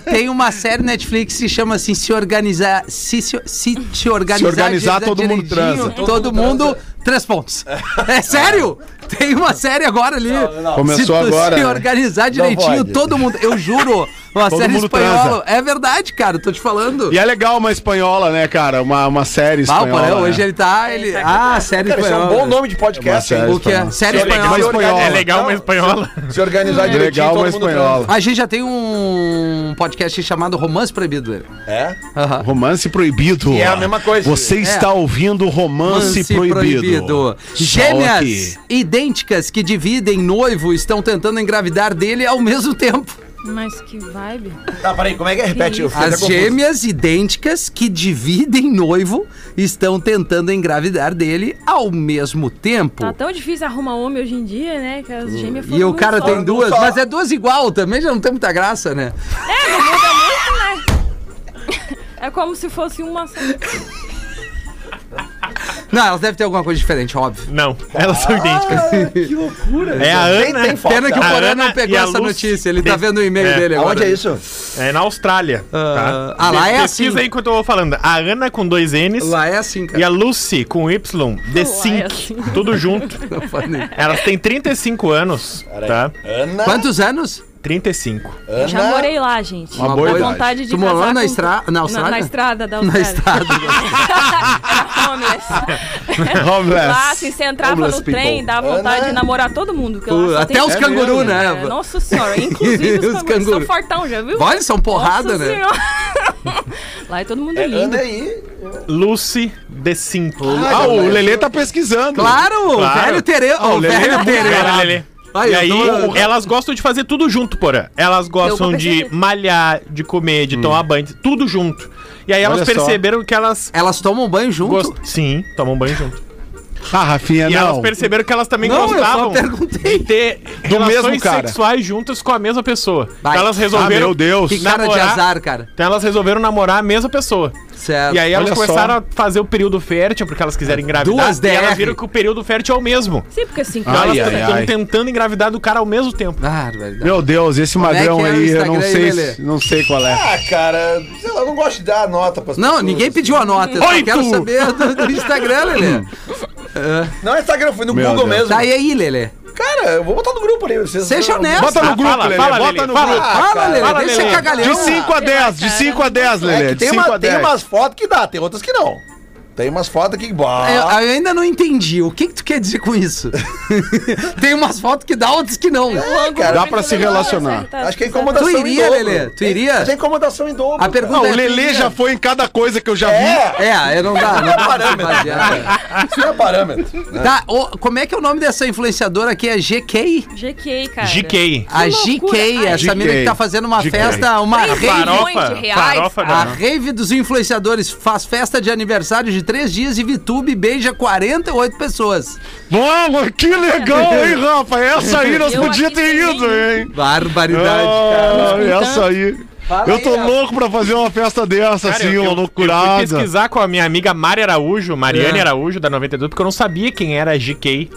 [SPEAKER 4] Tem, tem uma série Netflix que se chama assim Se Organizar. Se, se, se te organizar.
[SPEAKER 5] Se organizar,
[SPEAKER 4] direito-
[SPEAKER 5] todo mundo
[SPEAKER 4] direitinho,
[SPEAKER 5] transa.
[SPEAKER 4] Todo, mundo, três pontos. É sério? Tem uma série agora ali.
[SPEAKER 5] Começou
[SPEAKER 4] se, tu
[SPEAKER 5] agora,
[SPEAKER 4] Se
[SPEAKER 5] né?
[SPEAKER 4] organizar direitinho,
[SPEAKER 6] pode.
[SPEAKER 4] todo mundo. Eu juro. Uma
[SPEAKER 5] Todo
[SPEAKER 4] série
[SPEAKER 5] mundo
[SPEAKER 4] espanhola. É verdade, cara. Tô te falando.
[SPEAKER 5] E é legal uma espanhola, né, cara? Uma, uma série
[SPEAKER 4] Ah, o
[SPEAKER 5] espanhola.
[SPEAKER 4] Porã,
[SPEAKER 5] né?
[SPEAKER 4] hoje ele tá. Ele... Ah, série
[SPEAKER 6] Cara, isso é um
[SPEAKER 4] espanhola.
[SPEAKER 6] bom nome de podcast,
[SPEAKER 5] É uma
[SPEAKER 6] hein?
[SPEAKER 5] série.
[SPEAKER 4] O que é?
[SPEAKER 5] espanhola.
[SPEAKER 4] Série
[SPEAKER 6] É legal,
[SPEAKER 4] espanhola.
[SPEAKER 5] uma espanhola.
[SPEAKER 7] É legal uma espanhola.
[SPEAKER 6] Se organizar direitinho,
[SPEAKER 5] É Legal
[SPEAKER 6] é todo
[SPEAKER 5] uma
[SPEAKER 6] mundo
[SPEAKER 5] espanhola.
[SPEAKER 4] A gente já tem um podcast chamado Romance Proibido. Lelê.
[SPEAKER 6] transa. É?
[SPEAKER 4] Aham.
[SPEAKER 5] Romance proibido.
[SPEAKER 6] E é a mesma coisa.
[SPEAKER 5] Você está ouvindo Romance, proibido. Só
[SPEAKER 4] Gêmeas
[SPEAKER 5] que-
[SPEAKER 4] idênticas que dividem noivo estão tentando engravidar dele ao mesmo tempo.
[SPEAKER 8] Mas que vibe.
[SPEAKER 6] Tá, peraí, como é que é? Repete. eu fiquei até
[SPEAKER 4] As
[SPEAKER 6] confuso.
[SPEAKER 4] gêmeas idênticas que dividem noivo estão tentando engravidar dele ao mesmo tempo.
[SPEAKER 8] Tá tão difícil arrumar homem hoje em dia, né? Que as gêmeas
[SPEAKER 4] Hum, E o
[SPEAKER 8] um
[SPEAKER 4] cara
[SPEAKER 8] só.
[SPEAKER 4] tem duas,
[SPEAKER 6] só.
[SPEAKER 4] mas é duas igual também, já não tem muita graça, né?
[SPEAKER 8] É como se fosse uma só.
[SPEAKER 4] Não, elas devem ter alguma coisa diferente, óbvio.
[SPEAKER 7] Não, elas são idênticas.
[SPEAKER 6] Que loucura.
[SPEAKER 7] É a
[SPEAKER 6] Nem
[SPEAKER 7] Ana.
[SPEAKER 6] tem foto.
[SPEAKER 4] Pena que o
[SPEAKER 7] A
[SPEAKER 4] Porã
[SPEAKER 7] Ana
[SPEAKER 4] não pegou
[SPEAKER 7] e a
[SPEAKER 4] essa
[SPEAKER 7] Lucy
[SPEAKER 4] notícia, ele tá
[SPEAKER 7] tem-
[SPEAKER 4] vendo o e-mail
[SPEAKER 7] É.
[SPEAKER 4] dele agora.
[SPEAKER 6] Onde é isso?
[SPEAKER 7] É na Austrália.
[SPEAKER 4] Ah,
[SPEAKER 7] tá?
[SPEAKER 4] ah, lá
[SPEAKER 7] De-
[SPEAKER 4] é
[SPEAKER 7] Pesquisa
[SPEAKER 4] assim.
[SPEAKER 7] aí enquanto eu vou falando. A Ana com dois N's
[SPEAKER 4] Lá é assim, cara.
[SPEAKER 7] e a Lucy com Y, The Sync.
[SPEAKER 8] assim.
[SPEAKER 7] Tudo junto.
[SPEAKER 4] Não falei.
[SPEAKER 7] Elas têm 35 anos, tá?
[SPEAKER 6] Ana.
[SPEAKER 4] Quantos anos?
[SPEAKER 7] 35.
[SPEAKER 8] Eu já morei lá, gente.
[SPEAKER 4] Uma boa idade.
[SPEAKER 8] vontade de
[SPEAKER 4] Tu morou
[SPEAKER 8] casar
[SPEAKER 4] na
[SPEAKER 8] com-
[SPEAKER 4] estra- na Austrália?
[SPEAKER 8] Na, estrada da
[SPEAKER 4] Na
[SPEAKER 8] Austrália.
[SPEAKER 4] estrada.
[SPEAKER 8] Homeless.
[SPEAKER 5] Homeless.
[SPEAKER 8] Lá, assim, você entrava
[SPEAKER 5] Homeless
[SPEAKER 8] no
[SPEAKER 5] people.
[SPEAKER 8] trem, dava vontade de namorar todo mundo. que lá
[SPEAKER 4] Uh,
[SPEAKER 8] só
[SPEAKER 4] até
[SPEAKER 8] tem
[SPEAKER 4] os canguru,
[SPEAKER 8] canguru, É,
[SPEAKER 4] né?
[SPEAKER 8] Nossa senhora, inclusive
[SPEAKER 4] Os
[SPEAKER 8] os, cangurus. canguru.
[SPEAKER 4] canguru.
[SPEAKER 8] São fortão, já viu?
[SPEAKER 4] Olha, são porrada,
[SPEAKER 8] Nossa
[SPEAKER 4] né?
[SPEAKER 8] Senhora. lá é todo mundo lindo.
[SPEAKER 6] Ana aí.
[SPEAKER 7] Lucy The Sync.
[SPEAKER 5] Ah, o Lelê tá pesquisando.
[SPEAKER 4] Claro, o
[SPEAKER 7] Claro.
[SPEAKER 4] velho Tereu.
[SPEAKER 5] Ah, o
[SPEAKER 4] o
[SPEAKER 5] Lelê é
[SPEAKER 4] velho
[SPEAKER 5] bom,
[SPEAKER 4] Tereu.
[SPEAKER 7] Pera, né, Lelê.
[SPEAKER 4] Ai,
[SPEAKER 7] e
[SPEAKER 4] eu
[SPEAKER 7] aí,
[SPEAKER 4] tô-
[SPEAKER 7] o- elas gostam de fazer tudo junto, porã. Elas gostam
[SPEAKER 8] vou
[SPEAKER 7] de
[SPEAKER 8] perceber.
[SPEAKER 7] malhar, de comer, de tomar banho, tudo junto. E aí elas
[SPEAKER 5] Olha só.
[SPEAKER 7] perceberam que elas.
[SPEAKER 4] Elas tomam banho junto?
[SPEAKER 7] gost- Sim, tomam banho junto.
[SPEAKER 5] Ah, Rafinha,
[SPEAKER 7] E elas
[SPEAKER 5] não.
[SPEAKER 7] perceberam que elas também
[SPEAKER 4] Não, eu só
[SPEAKER 7] gostavam
[SPEAKER 4] perguntei.
[SPEAKER 7] de ter relações
[SPEAKER 5] mesmo cara.
[SPEAKER 7] sexuais juntas com a mesma pessoa.
[SPEAKER 4] Vai.
[SPEAKER 7] Então elas
[SPEAKER 5] Ah,
[SPEAKER 7] resolveram.
[SPEAKER 5] meu Deus.
[SPEAKER 4] Que cara de
[SPEAKER 7] namorar-
[SPEAKER 4] azar, cara.
[SPEAKER 7] Então elas resolveram namorar a mesma pessoa.
[SPEAKER 4] Certo.
[SPEAKER 7] E aí elas
[SPEAKER 5] Olha só.
[SPEAKER 7] começaram a fazer o período fértil, porque elas quiserem engravidar.
[SPEAKER 4] É, Duas
[SPEAKER 7] e
[SPEAKER 4] DR.
[SPEAKER 7] elas viram que o período fértil é o mesmo.
[SPEAKER 8] Sim, porque assim,
[SPEAKER 5] Ai,
[SPEAKER 7] Então elas
[SPEAKER 5] ai,
[SPEAKER 7] estão
[SPEAKER 5] ai.
[SPEAKER 7] tentando engravidar do cara ao mesmo tempo.
[SPEAKER 4] Ah, velho.
[SPEAKER 5] Meu Deus, esse
[SPEAKER 4] é que
[SPEAKER 5] magrão
[SPEAKER 4] é o
[SPEAKER 5] aí, eu não
[SPEAKER 4] Instagram aí,
[SPEAKER 5] sei,
[SPEAKER 4] Lelê?
[SPEAKER 5] se- não sei qual é.
[SPEAKER 6] Ah, cara, sei lá, eu não gosto de dar nota pras
[SPEAKER 4] Não,
[SPEAKER 6] pessoas.
[SPEAKER 4] ninguém pediu a nota. Eu só
[SPEAKER 5] Oito!
[SPEAKER 4] quero saber do, do Instagram, Lelê.
[SPEAKER 6] Não é Instagram, foi no
[SPEAKER 5] Meu
[SPEAKER 6] Google
[SPEAKER 5] Deus.
[SPEAKER 6] mesmo.
[SPEAKER 4] Tá e aí, Lelê.
[SPEAKER 6] Cara, eu vou botar no grupo ali. Vocês
[SPEAKER 4] Seja honesto.
[SPEAKER 5] Bota no
[SPEAKER 7] Ah,
[SPEAKER 5] grupo,
[SPEAKER 7] fala,
[SPEAKER 5] Lelê.
[SPEAKER 7] fala,
[SPEAKER 5] Bota
[SPEAKER 7] Lelê,
[SPEAKER 5] no
[SPEAKER 7] fala.
[SPEAKER 5] grupo.
[SPEAKER 4] Fala,
[SPEAKER 6] cara.
[SPEAKER 4] Lelê.
[SPEAKER 7] Fala,
[SPEAKER 4] deixa
[SPEAKER 7] Lelê.
[SPEAKER 4] cagalhão.
[SPEAKER 5] De 5 a 10, de 5 a 10,
[SPEAKER 6] É que
[SPEAKER 5] Lelê. De
[SPEAKER 6] tem,
[SPEAKER 5] 5
[SPEAKER 6] uma,
[SPEAKER 5] a
[SPEAKER 6] tem
[SPEAKER 5] 10.
[SPEAKER 6] umas fotos que dá, tem outras que não. Tem umas fotos que. Bah,
[SPEAKER 4] Ah. Eu, eu ainda não entendi. O que, que tu quer dizer com isso? Tem umas fotos que dá, outras que não.
[SPEAKER 6] é, cara,
[SPEAKER 5] Dá pra se relacionar.
[SPEAKER 6] acho que é incomodação
[SPEAKER 4] Tu iria,
[SPEAKER 6] em dobro.
[SPEAKER 4] Lelê? Tu
[SPEAKER 6] Tem-
[SPEAKER 4] iria?
[SPEAKER 6] Acho que é incomodação em dobro.
[SPEAKER 4] A pergunta
[SPEAKER 7] Ah,
[SPEAKER 5] Não, o
[SPEAKER 4] é-
[SPEAKER 5] Lelê já foi em cada coisa que eu já vi.
[SPEAKER 6] É,
[SPEAKER 4] É, é, não dá. Não dá pra
[SPEAKER 6] Parâmetro.
[SPEAKER 4] fazer, é.
[SPEAKER 6] isso é parâmetro. né?
[SPEAKER 4] Tá, ô, como é que é o nome dessa influenciadora aqui? É GK?
[SPEAKER 8] GK, cara.
[SPEAKER 7] GK.
[SPEAKER 4] A
[SPEAKER 8] loucura.
[SPEAKER 4] GK,
[SPEAKER 8] Ai,
[SPEAKER 4] essa
[SPEAKER 5] GK.
[SPEAKER 4] menina que tá fazendo uma
[SPEAKER 5] GK.
[SPEAKER 4] festa, uma
[SPEAKER 8] Três
[SPEAKER 4] rave.
[SPEAKER 8] milhões de
[SPEAKER 7] Farofa.
[SPEAKER 8] reais, Ah,
[SPEAKER 7] Farofa
[SPEAKER 4] A
[SPEAKER 8] né?
[SPEAKER 7] da.
[SPEAKER 4] rave dos influenciadores faz festa de aniversário de três dias e VTube beija 48 pessoas.
[SPEAKER 5] Mano, que legal,
[SPEAKER 4] É.
[SPEAKER 5] hein, Rafa? Essa aí nós
[SPEAKER 8] Eu
[SPEAKER 5] podíamos
[SPEAKER 8] aqui
[SPEAKER 5] ter
[SPEAKER 8] sem
[SPEAKER 5] ido,
[SPEAKER 8] nem-
[SPEAKER 5] hein?
[SPEAKER 4] Barbaridade,
[SPEAKER 8] Oh.
[SPEAKER 5] Ah,
[SPEAKER 4] cara.
[SPEAKER 5] essa aí.
[SPEAKER 4] então. Fala
[SPEAKER 5] Eu tô
[SPEAKER 4] aí, Rafa.
[SPEAKER 5] louco pra fazer uma festa dessa,
[SPEAKER 7] Cara,
[SPEAKER 5] assim,
[SPEAKER 7] eu-
[SPEAKER 5] uma
[SPEAKER 7] eu- Eu fui
[SPEAKER 5] loucurada.
[SPEAKER 7] pesquisar com a minha amiga Mari Araújo, Mariane
[SPEAKER 4] É.
[SPEAKER 7] Araújo, da 92, porque eu não sabia quem era a GK.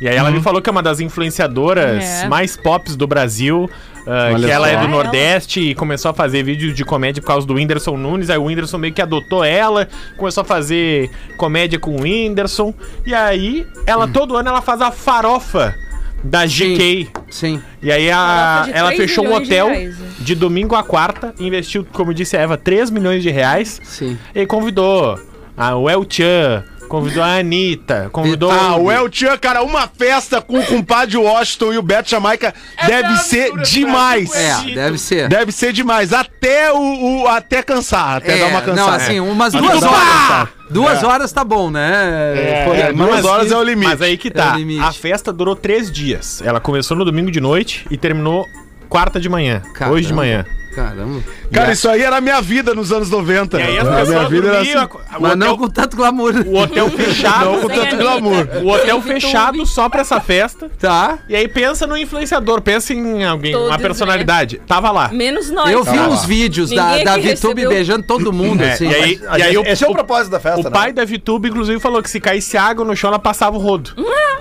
[SPEAKER 7] E aí ela
[SPEAKER 5] Uhum.
[SPEAKER 7] me falou que é uma das influenciadoras
[SPEAKER 8] É.
[SPEAKER 7] mais pops do Brasil. ah,
[SPEAKER 5] Olha
[SPEAKER 7] que ela
[SPEAKER 5] só.
[SPEAKER 7] é
[SPEAKER 8] Ah,
[SPEAKER 7] do
[SPEAKER 8] ela.
[SPEAKER 7] Nordeste e começou a fazer vídeos de comédia por causa do Whindersson Nunes. Aí o Whindersson meio que adotou ela, começou a fazer comédia com o Whindersson. E aí, ela
[SPEAKER 5] Hum.
[SPEAKER 7] todo ano ela faz a farofa da
[SPEAKER 4] Sim.
[SPEAKER 7] GK.
[SPEAKER 4] Sim.
[SPEAKER 7] E aí a,
[SPEAKER 8] Farofa de
[SPEAKER 7] ela
[SPEAKER 8] três
[SPEAKER 7] fechou um
[SPEAKER 8] milhões de
[SPEAKER 7] hotel
[SPEAKER 8] reais. né?
[SPEAKER 7] de, de domingo a quarta, investiu, como disse a Eva, 3 milhões de reais.
[SPEAKER 4] Sim.
[SPEAKER 7] E convidou a El Chan, convidou a Anitta, convidou.
[SPEAKER 5] Ah, o El Chan, cara, uma festa com o compadre Washington e o Beto Jamaica
[SPEAKER 8] É um
[SPEAKER 5] deve ser demais.
[SPEAKER 4] É, deve ser.
[SPEAKER 5] Deve ser demais. Até o, o- até cansar, até
[SPEAKER 4] É,
[SPEAKER 5] dar uma cansada.
[SPEAKER 4] Não, assim, umas
[SPEAKER 5] Até
[SPEAKER 4] duas
[SPEAKER 5] dar uma
[SPEAKER 4] horas.
[SPEAKER 5] cansada.
[SPEAKER 4] Duas horas tá bom, né? Pô,
[SPEAKER 5] É, duas horas é o limite.
[SPEAKER 7] Mas aí que
[SPEAKER 4] É
[SPEAKER 7] tá.
[SPEAKER 4] o limite.
[SPEAKER 7] a festa durou três dias. Ela começou no domingo de noite e terminou quarta de manhã.
[SPEAKER 4] Caramba.
[SPEAKER 7] Hoje de manhã.
[SPEAKER 4] Caramba.
[SPEAKER 8] Tá
[SPEAKER 5] Cara, isso aí era a minha vida nos anos 90.
[SPEAKER 7] E aí
[SPEAKER 5] A
[SPEAKER 7] as
[SPEAKER 5] Ah, minha
[SPEAKER 7] pessoas
[SPEAKER 5] vida era
[SPEAKER 7] dormiam,
[SPEAKER 5] assim.
[SPEAKER 7] a-
[SPEAKER 4] Mas
[SPEAKER 7] o
[SPEAKER 4] não
[SPEAKER 8] então-
[SPEAKER 7] hotel-
[SPEAKER 4] com tanto glamour.
[SPEAKER 7] o hotel fechado.
[SPEAKER 5] Não com
[SPEAKER 8] Sem
[SPEAKER 5] tanto
[SPEAKER 8] Anitta.
[SPEAKER 5] glamour.
[SPEAKER 7] O hotel
[SPEAKER 8] Sem
[SPEAKER 7] fechado só pra essa festa.
[SPEAKER 4] Tá.
[SPEAKER 7] E aí pensa no influenciador, pensa em alguém, uma
[SPEAKER 8] Todos,
[SPEAKER 7] personalidade. Tava lá.
[SPEAKER 8] Menos nós.
[SPEAKER 4] Eu vi
[SPEAKER 8] Tá.
[SPEAKER 4] uns vídeos da,
[SPEAKER 8] Ninguém
[SPEAKER 4] da
[SPEAKER 8] aqui
[SPEAKER 4] VTube
[SPEAKER 8] recebeu.
[SPEAKER 4] beijando todo mundo,
[SPEAKER 7] É,
[SPEAKER 4] assim.
[SPEAKER 7] e aí,
[SPEAKER 6] Mas
[SPEAKER 7] e aí o,
[SPEAKER 6] esse é o
[SPEAKER 7] o-
[SPEAKER 6] propósito da festa,
[SPEAKER 7] o
[SPEAKER 6] né?
[SPEAKER 7] pai da VTube, inclusive, falou que se caísse água no chão, ela passava o rodo.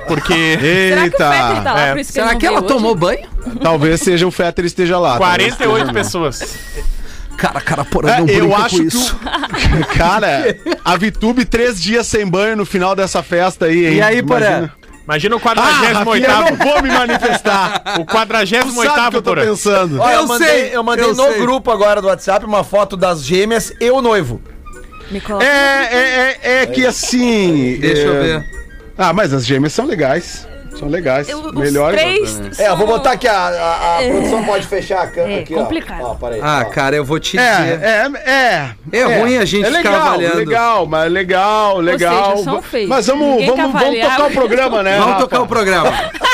[SPEAKER 7] Porque
[SPEAKER 8] Será que o Peter tá
[SPEAKER 5] Eita.
[SPEAKER 8] lá,
[SPEAKER 7] É.
[SPEAKER 8] por isso que ele
[SPEAKER 4] Será
[SPEAKER 8] não
[SPEAKER 4] que ela
[SPEAKER 8] veio hoje?
[SPEAKER 4] tomou banho?
[SPEAKER 5] Talvez seja o Fetter esteja lá. tá talvez
[SPEAKER 7] 48 pessoas.
[SPEAKER 4] Cara, cara, porra,
[SPEAKER 5] É,
[SPEAKER 4] não brinca
[SPEAKER 5] eu
[SPEAKER 4] com
[SPEAKER 5] acho que.
[SPEAKER 4] isso.
[SPEAKER 5] o- Cara, a Vitube três dias sem banho no final dessa festa aí, hein?
[SPEAKER 4] E aí,
[SPEAKER 5] Imagina.
[SPEAKER 4] Porã?
[SPEAKER 7] Imagina o
[SPEAKER 5] Ah, Rafinha, eu não
[SPEAKER 7] 48
[SPEAKER 5] vou me manifestar.
[SPEAKER 7] O
[SPEAKER 5] Tu sabe o que
[SPEAKER 7] 48
[SPEAKER 5] eu tô
[SPEAKER 7] por ano.
[SPEAKER 5] pensando.
[SPEAKER 6] Olha, eu,
[SPEAKER 4] Eu
[SPEAKER 6] mandei,
[SPEAKER 4] sei,
[SPEAKER 6] eu mandei
[SPEAKER 4] eu
[SPEAKER 6] no
[SPEAKER 4] sei.
[SPEAKER 6] grupo agora do WhatsApp uma foto das gêmeas e o noivo.
[SPEAKER 8] Me coloca.
[SPEAKER 5] É, é, é, é que assim.
[SPEAKER 4] Deixa
[SPEAKER 5] é-
[SPEAKER 4] eu ver.
[SPEAKER 5] Ah, mas as gêmeas são legais. São legais.
[SPEAKER 8] Eu- os
[SPEAKER 5] Melhores.
[SPEAKER 8] três
[SPEAKER 6] É, eu vou
[SPEAKER 8] são-
[SPEAKER 6] botar aqui, a, a- a produção pode fechar a câmera
[SPEAKER 8] É,
[SPEAKER 6] aqui,
[SPEAKER 8] complicado.
[SPEAKER 6] ó. ó peraí,
[SPEAKER 4] Ah,
[SPEAKER 6] ó.
[SPEAKER 4] cara, eu vou te
[SPEAKER 5] É,
[SPEAKER 4] dizer.
[SPEAKER 5] é, é.
[SPEAKER 4] É ruim a gente
[SPEAKER 5] é legal,
[SPEAKER 4] ficar avaliando.
[SPEAKER 5] Legal, mas legal, legal.
[SPEAKER 8] seja, são feios.
[SPEAKER 5] Mas vamos,
[SPEAKER 8] Ninguém
[SPEAKER 5] vamos,
[SPEAKER 8] quer
[SPEAKER 5] vamos
[SPEAKER 8] avaliar.
[SPEAKER 5] tocar o programa, né?
[SPEAKER 4] Vamos
[SPEAKER 5] Rafa?
[SPEAKER 4] tocar o programa.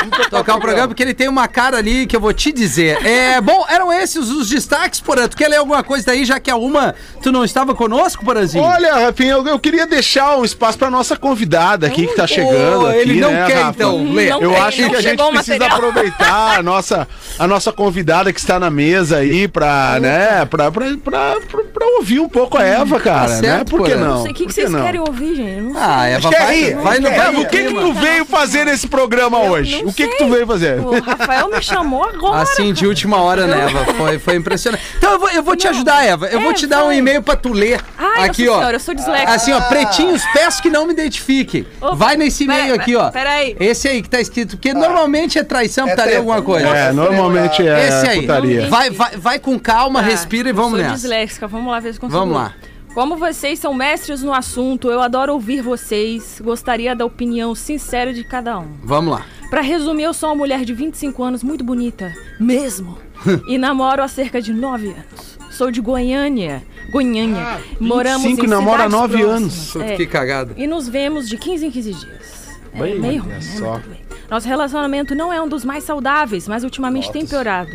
[SPEAKER 4] Vamos tocar o programa, porque ele tem uma cara ali que eu vou te dizer. É, bom, eram esses os destaques, Porã. Tu quer ler alguma coisa daí, já que a uma tu não estava conosco, Porãzinho?
[SPEAKER 5] Olha, Rafinha, eu, eu queria deixar um espaço pra nossa convidada aqui que tá chegando.
[SPEAKER 4] Ô,
[SPEAKER 5] aqui,
[SPEAKER 4] ele não
[SPEAKER 5] né,
[SPEAKER 4] quer,
[SPEAKER 5] Rafa?
[SPEAKER 4] então,
[SPEAKER 8] Não
[SPEAKER 4] ler.
[SPEAKER 8] quer.
[SPEAKER 5] Eu
[SPEAKER 8] Tem,
[SPEAKER 5] acho
[SPEAKER 8] não
[SPEAKER 5] que a gente
[SPEAKER 8] chegou o
[SPEAKER 5] precisa
[SPEAKER 8] material.
[SPEAKER 5] aproveitar a nossa, a nossa convidada que está na mesa aí pra, né, pra, pra, pra, pra- pra ouvir um pouco
[SPEAKER 8] Hum,
[SPEAKER 5] a Eva, cara, né?
[SPEAKER 4] certo,
[SPEAKER 5] Por que
[SPEAKER 4] Porã.
[SPEAKER 5] não?
[SPEAKER 8] tá Não sei o que,
[SPEAKER 5] Por
[SPEAKER 8] que vocês
[SPEAKER 5] não?
[SPEAKER 8] querem ouvir, gente. Eu não sei.
[SPEAKER 4] Ah, Eva,
[SPEAKER 6] Quer
[SPEAKER 4] vai,
[SPEAKER 5] é
[SPEAKER 6] rir?
[SPEAKER 4] vai, não
[SPEAKER 6] Quer
[SPEAKER 4] vai.
[SPEAKER 5] Eva, o que que tu veio fazer nesse programa hoje?
[SPEAKER 8] não
[SPEAKER 5] O que que
[SPEAKER 8] sei.
[SPEAKER 5] tu veio fazer?
[SPEAKER 8] O Rafael me chamou agora.
[SPEAKER 4] Assim, de última hora, né, Eva? Foi, foi impressionante. Então eu vou, eu vou te ajudar, Eva. Eu vou
[SPEAKER 8] É,
[SPEAKER 4] te dar um
[SPEAKER 8] vai.
[SPEAKER 4] e-mail pra tu ler.
[SPEAKER 8] Ai,
[SPEAKER 4] aqui,
[SPEAKER 8] nossa
[SPEAKER 4] ó.
[SPEAKER 8] senhora, eu sou disléxica.
[SPEAKER 4] Assim, ó, pretinhos, peço que não me identifiquem.
[SPEAKER 8] Opa,
[SPEAKER 4] vai nesse e-mail
[SPEAKER 8] pera-
[SPEAKER 4] aqui, ó.
[SPEAKER 8] peraí.
[SPEAKER 4] Esse aí que tá escrito, porque normalmente é traição,
[SPEAKER 6] É
[SPEAKER 4] putaria,
[SPEAKER 6] treta.
[SPEAKER 4] alguma coisa.
[SPEAKER 5] É, normalmente é
[SPEAKER 4] Esse aí.
[SPEAKER 5] putaria.
[SPEAKER 4] Vai, vai, vai com calma,
[SPEAKER 8] Tá,
[SPEAKER 4] respira e
[SPEAKER 8] eu
[SPEAKER 4] vamos
[SPEAKER 8] sou
[SPEAKER 4] nessa.
[SPEAKER 8] disléxica, vamos lá ver se consigo.
[SPEAKER 4] Vamos lá.
[SPEAKER 8] Como vocês são mestres no assunto, eu adoro ouvir vocês. Gostaria da opinião sincera de cada um.
[SPEAKER 4] Vamos lá.
[SPEAKER 8] Pra resumir, eu sou uma mulher de 25 anos, muito bonita, mesmo. e namoro há cerca de 9 anos. Sou de Goiânia. Goiânia. Moramos
[SPEAKER 5] 25
[SPEAKER 8] em
[SPEAKER 5] Ah, e namora há
[SPEAKER 8] cidades
[SPEAKER 5] nove
[SPEAKER 8] próximas.
[SPEAKER 4] Puta,
[SPEAKER 8] É.
[SPEAKER 4] Que cagada.
[SPEAKER 8] E nos vemos de 15 em 15 dias. É meio ruim, né? Mas tudo bem. Nosso relacionamento não é um dos mais saudáveis, mas ultimamente tem piorado.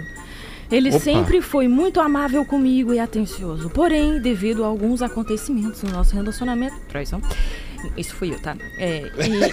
[SPEAKER 8] Ele sempre foi muito amável comigo e atencioso. Porém, devido a alguns acontecimentos no nosso relacionamento. Traição. Isso fui eu, tá? É,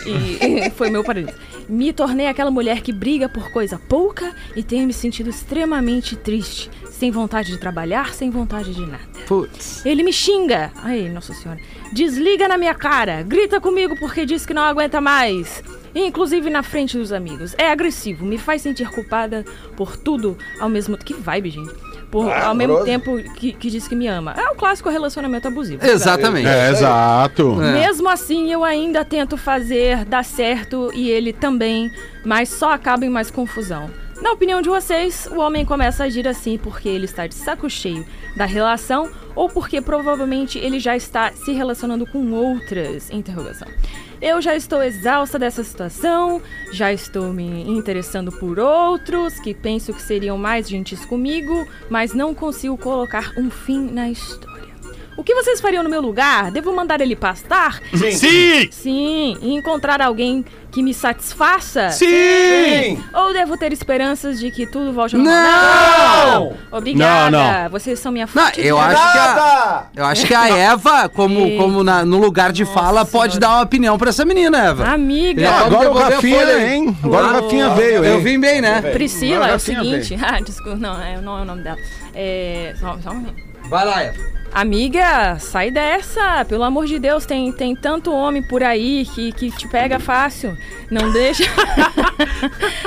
[SPEAKER 8] e, e- foi meu parente. Me tornei aquela mulher que briga por coisa pouca e tenho me sentido extremamente triste. Sem vontade de trabalhar, sem vontade de nada.
[SPEAKER 4] Putz.
[SPEAKER 8] Ele me xinga. Ai, nossa senhora. Desliga na minha cara. Grita comigo porque diz que não aguenta mais. Inclusive na frente dos amigos. É agressivo, me faz sentir culpada por tudo ao mesmo tempo. Que vibe, gente. Por, ao mesmo tempo que, que diz que me ama. É o clássico relacionamento abusivo.
[SPEAKER 4] Exatamente.
[SPEAKER 5] É, exato.
[SPEAKER 8] Mesmo assim, eu ainda tento fazer dar certo e ele também, mas só acaba em mais confusão. Na opinião de vocês, o homem começa a agir assim porque ele está de saco cheio da relação ou porque provavelmente ele já está se relacionando com outras? Interrogação. Eu já estou exausta dessa situação, já estou me interessando por outros que penso que seriam mais gentis comigo, mas não consigo colocar um fim na história. O que vocês fariam no meu lugar? Devo mandar ele pastar?
[SPEAKER 7] Sim!
[SPEAKER 8] Sim. E encontrar alguém que me satisfaça?
[SPEAKER 6] Sim!
[SPEAKER 8] Ou devo ter esperanças de que tudo volte ao
[SPEAKER 4] Não!
[SPEAKER 8] normal? Obrigada.
[SPEAKER 5] Não,
[SPEAKER 8] Vocês são minha
[SPEAKER 4] Não,
[SPEAKER 8] fonte de
[SPEAKER 4] eu acho
[SPEAKER 6] Ah,
[SPEAKER 4] que a,
[SPEAKER 6] Nada!
[SPEAKER 4] eu acho que a Eva, como,
[SPEAKER 8] Eita.
[SPEAKER 4] como na- no lugar de fala, pode dar uma opinião pra essa menina, Eva.
[SPEAKER 8] Amiga.
[SPEAKER 4] É,
[SPEAKER 5] Ah,
[SPEAKER 4] vamos
[SPEAKER 5] agora o
[SPEAKER 4] devolver a folha
[SPEAKER 5] Rafinha,
[SPEAKER 4] aí.
[SPEAKER 5] hein? Agora o
[SPEAKER 4] Ah,
[SPEAKER 5] Rafinha veio,
[SPEAKER 4] Eu
[SPEAKER 5] hein?
[SPEAKER 4] vim bem, né?
[SPEAKER 8] Priscila,
[SPEAKER 5] Agora
[SPEAKER 8] é o
[SPEAKER 5] sim,
[SPEAKER 8] seguinte. Ah, desculpa, não, é- não é o nome dela. É. Só, só um minuto.
[SPEAKER 4] Vai lá, Eva.
[SPEAKER 8] Amiga, sai dessa. Pelo amor de Deus, tem, tem tanto homem por aí que, que te pega fácil. Não deixa.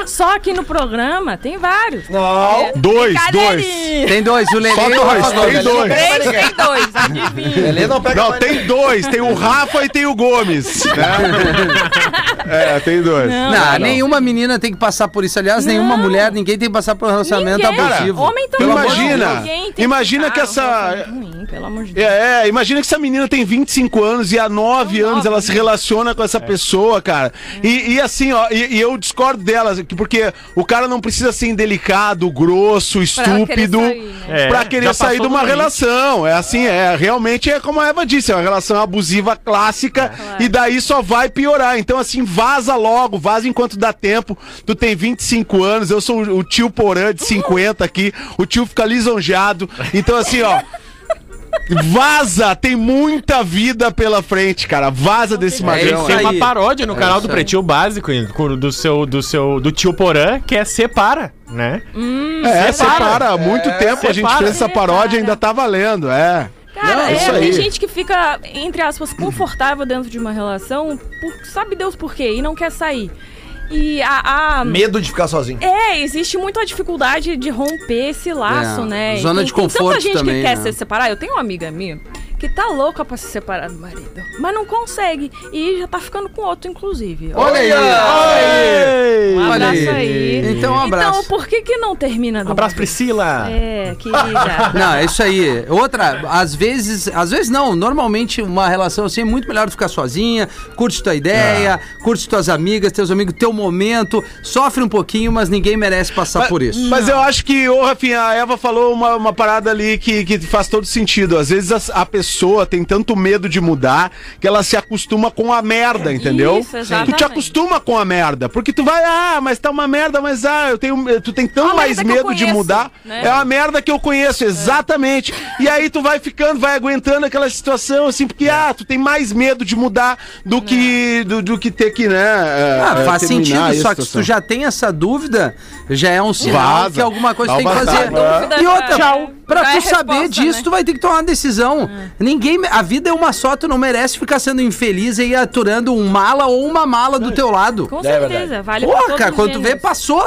[SPEAKER 8] Só aqui no programa tem vários. É.
[SPEAKER 6] Não.
[SPEAKER 5] Dois, dois.
[SPEAKER 8] Cadeirinha.
[SPEAKER 4] Tem dois, o Lelê.
[SPEAKER 5] Só
[SPEAKER 4] e o
[SPEAKER 5] dois,
[SPEAKER 4] Rafa
[SPEAKER 5] tem
[SPEAKER 4] Gomes.
[SPEAKER 5] dois.
[SPEAKER 8] Três, tem dois. Adivinha.
[SPEAKER 6] Ele não pega
[SPEAKER 5] Não,
[SPEAKER 6] mais
[SPEAKER 5] tem dois. Tem o Rafa e tem o Gomes. né? é, tem dois.
[SPEAKER 8] Não,
[SPEAKER 4] Não, nenhuma menina tem que passar por isso. Aliás, nenhuma
[SPEAKER 8] Não.
[SPEAKER 4] mulher, ninguém tem que passar por um relacionamento
[SPEAKER 8] Ninguém.
[SPEAKER 4] abusivo.
[SPEAKER 8] Homem também. não.
[SPEAKER 5] Imagina.
[SPEAKER 8] Ninguém tem que
[SPEAKER 5] Imagina
[SPEAKER 8] ficar
[SPEAKER 5] que essa-
[SPEAKER 8] num relacionamento é Ruim, pelo amor de Deus.
[SPEAKER 5] É, é, imagina que essa menina tem 25 anos e há 9
[SPEAKER 8] São
[SPEAKER 5] anos
[SPEAKER 8] nove,
[SPEAKER 5] ela se relaciona com
[SPEAKER 7] É.
[SPEAKER 5] essa pessoa, cara. E, e assim, ó, e, e eu discordo delas, que- porque o cara não precisa ser indelicado, grosso,
[SPEAKER 8] ela querer
[SPEAKER 5] estúpido,
[SPEAKER 8] sair, né?
[SPEAKER 7] É,
[SPEAKER 5] pra
[SPEAKER 7] já
[SPEAKER 5] querer
[SPEAKER 7] passou
[SPEAKER 5] sair de
[SPEAKER 7] do
[SPEAKER 5] uma
[SPEAKER 7] limite.
[SPEAKER 5] relação. É assim, é realmente é como a Eva disse, é uma relação abusiva clássica
[SPEAKER 7] É.
[SPEAKER 5] e daí só vai piorar. Então, assim, vaza logo, vaza enquanto dá tempo. Tu tem 25 anos, eu sou o, o tio Porã de 50 aqui, o tio fica lisonjeado. Então, assim, ó. Vaza! Tem muita vida pela frente, cara. Vaza desse
[SPEAKER 8] É
[SPEAKER 5] magrão.
[SPEAKER 4] isso
[SPEAKER 5] aí.
[SPEAKER 7] Tem uma
[SPEAKER 4] aí.
[SPEAKER 7] paródia no
[SPEAKER 4] É
[SPEAKER 7] canal
[SPEAKER 4] isso
[SPEAKER 7] do
[SPEAKER 4] aí.
[SPEAKER 7] Pretinho Básico, em- com- do seu, do seu, do tio Porã, que é Separa, né?
[SPEAKER 5] É,
[SPEAKER 7] separa.
[SPEAKER 5] separa. Há muito
[SPEAKER 8] É,
[SPEAKER 5] tempo a gente
[SPEAKER 7] separa.
[SPEAKER 5] fez essa paródia e ainda tá valendo, é.
[SPEAKER 8] Cara,
[SPEAKER 5] Não,
[SPEAKER 8] é,
[SPEAKER 5] isso aí.
[SPEAKER 8] tem gente que fica, entre aspas, confortável dentro de uma relação, por, sabe Deus por quê, e não quer sair. E a. a-
[SPEAKER 6] medo de ficar sozinho.
[SPEAKER 8] É, existe muito a dificuldade de romper esse laço,
[SPEAKER 4] É,
[SPEAKER 8] né? E
[SPEAKER 4] zona
[SPEAKER 8] tem-
[SPEAKER 4] de
[SPEAKER 8] tem
[SPEAKER 4] conforto
[SPEAKER 8] tanta gente
[SPEAKER 4] também,
[SPEAKER 8] que quer
[SPEAKER 4] né?
[SPEAKER 8] se separar. Eu tenho uma amiga minha que tá louca pra se separar do marido, mas não consegue. E já tá ficando com outro, inclusive.
[SPEAKER 4] Olha aí. Olha aí.
[SPEAKER 8] Um
[SPEAKER 4] olha
[SPEAKER 8] abraço
[SPEAKER 4] aí.
[SPEAKER 8] aí.
[SPEAKER 4] Então, um abraço.
[SPEAKER 8] Então, por que que não termina do
[SPEAKER 7] Abraço, Priscila!
[SPEAKER 8] É, querida.
[SPEAKER 4] Não, é isso aí. Outra, às vezes, às vezes não, normalmente uma relação assim é muito melhor tu ficar sozinha, curte tua ideia, curte tuas amigas, teus amigos, teu momento, sofre um pouquinho, mas ninguém merece passar por isso.
[SPEAKER 5] Mas eu acho que, ô Rafinha, a Eva falou uma, uma parada ali que, que faz todo sentido. Às vezes as- a, pessoa tem tanto medo de mudar que ela se acostuma com a merda, entendeu?
[SPEAKER 8] Isso,
[SPEAKER 5] tu
[SPEAKER 8] exatamente.
[SPEAKER 5] te acostuma com a merda. Porque tu vai, ah, mas tá uma merda, mas ah, eu tenho. Tu tem tão
[SPEAKER 8] Uma
[SPEAKER 5] mais
[SPEAKER 8] merda que eu
[SPEAKER 5] medo de
[SPEAKER 8] conheço,
[SPEAKER 5] mudar.
[SPEAKER 8] né? É.
[SPEAKER 5] É uma merda que eu conheço, exatamente. E aí tu vai ficando, vai aguentando aquela situação, assim,
[SPEAKER 8] É.
[SPEAKER 5] porque, ah, tu tem mais medo de mudar do que do, do que ter que, né? é,
[SPEAKER 4] Ah,
[SPEAKER 5] é,
[SPEAKER 4] faz
[SPEAKER 5] terminar
[SPEAKER 4] sentido,
[SPEAKER 5] a
[SPEAKER 4] só que se tu
[SPEAKER 5] situação.
[SPEAKER 4] já tem essa dúvida, já é um sinal
[SPEAKER 5] Vaza.
[SPEAKER 4] que alguma coisa
[SPEAKER 5] Dá
[SPEAKER 4] tem que
[SPEAKER 5] uma
[SPEAKER 4] fazer.
[SPEAKER 5] vazada.
[SPEAKER 8] Dúvida
[SPEAKER 4] E
[SPEAKER 8] já-
[SPEAKER 4] outra,
[SPEAKER 8] Tchau.
[SPEAKER 4] pra
[SPEAKER 8] já
[SPEAKER 4] tu
[SPEAKER 8] é
[SPEAKER 4] saber
[SPEAKER 8] resposta,
[SPEAKER 4] disso,
[SPEAKER 8] né?
[SPEAKER 4] tu vai ter que tomar uma decisão. Ninguém, a vida é uma só, tu não merece ficar sendo infeliz e aturando um mala ou uma mala do teu lado.
[SPEAKER 8] Com
[SPEAKER 6] verdade.
[SPEAKER 8] certeza, vale pra
[SPEAKER 4] Porra,
[SPEAKER 8] todos
[SPEAKER 4] cara,
[SPEAKER 8] os
[SPEAKER 4] quando tu vê,
[SPEAKER 8] gêneros.
[SPEAKER 4] passou.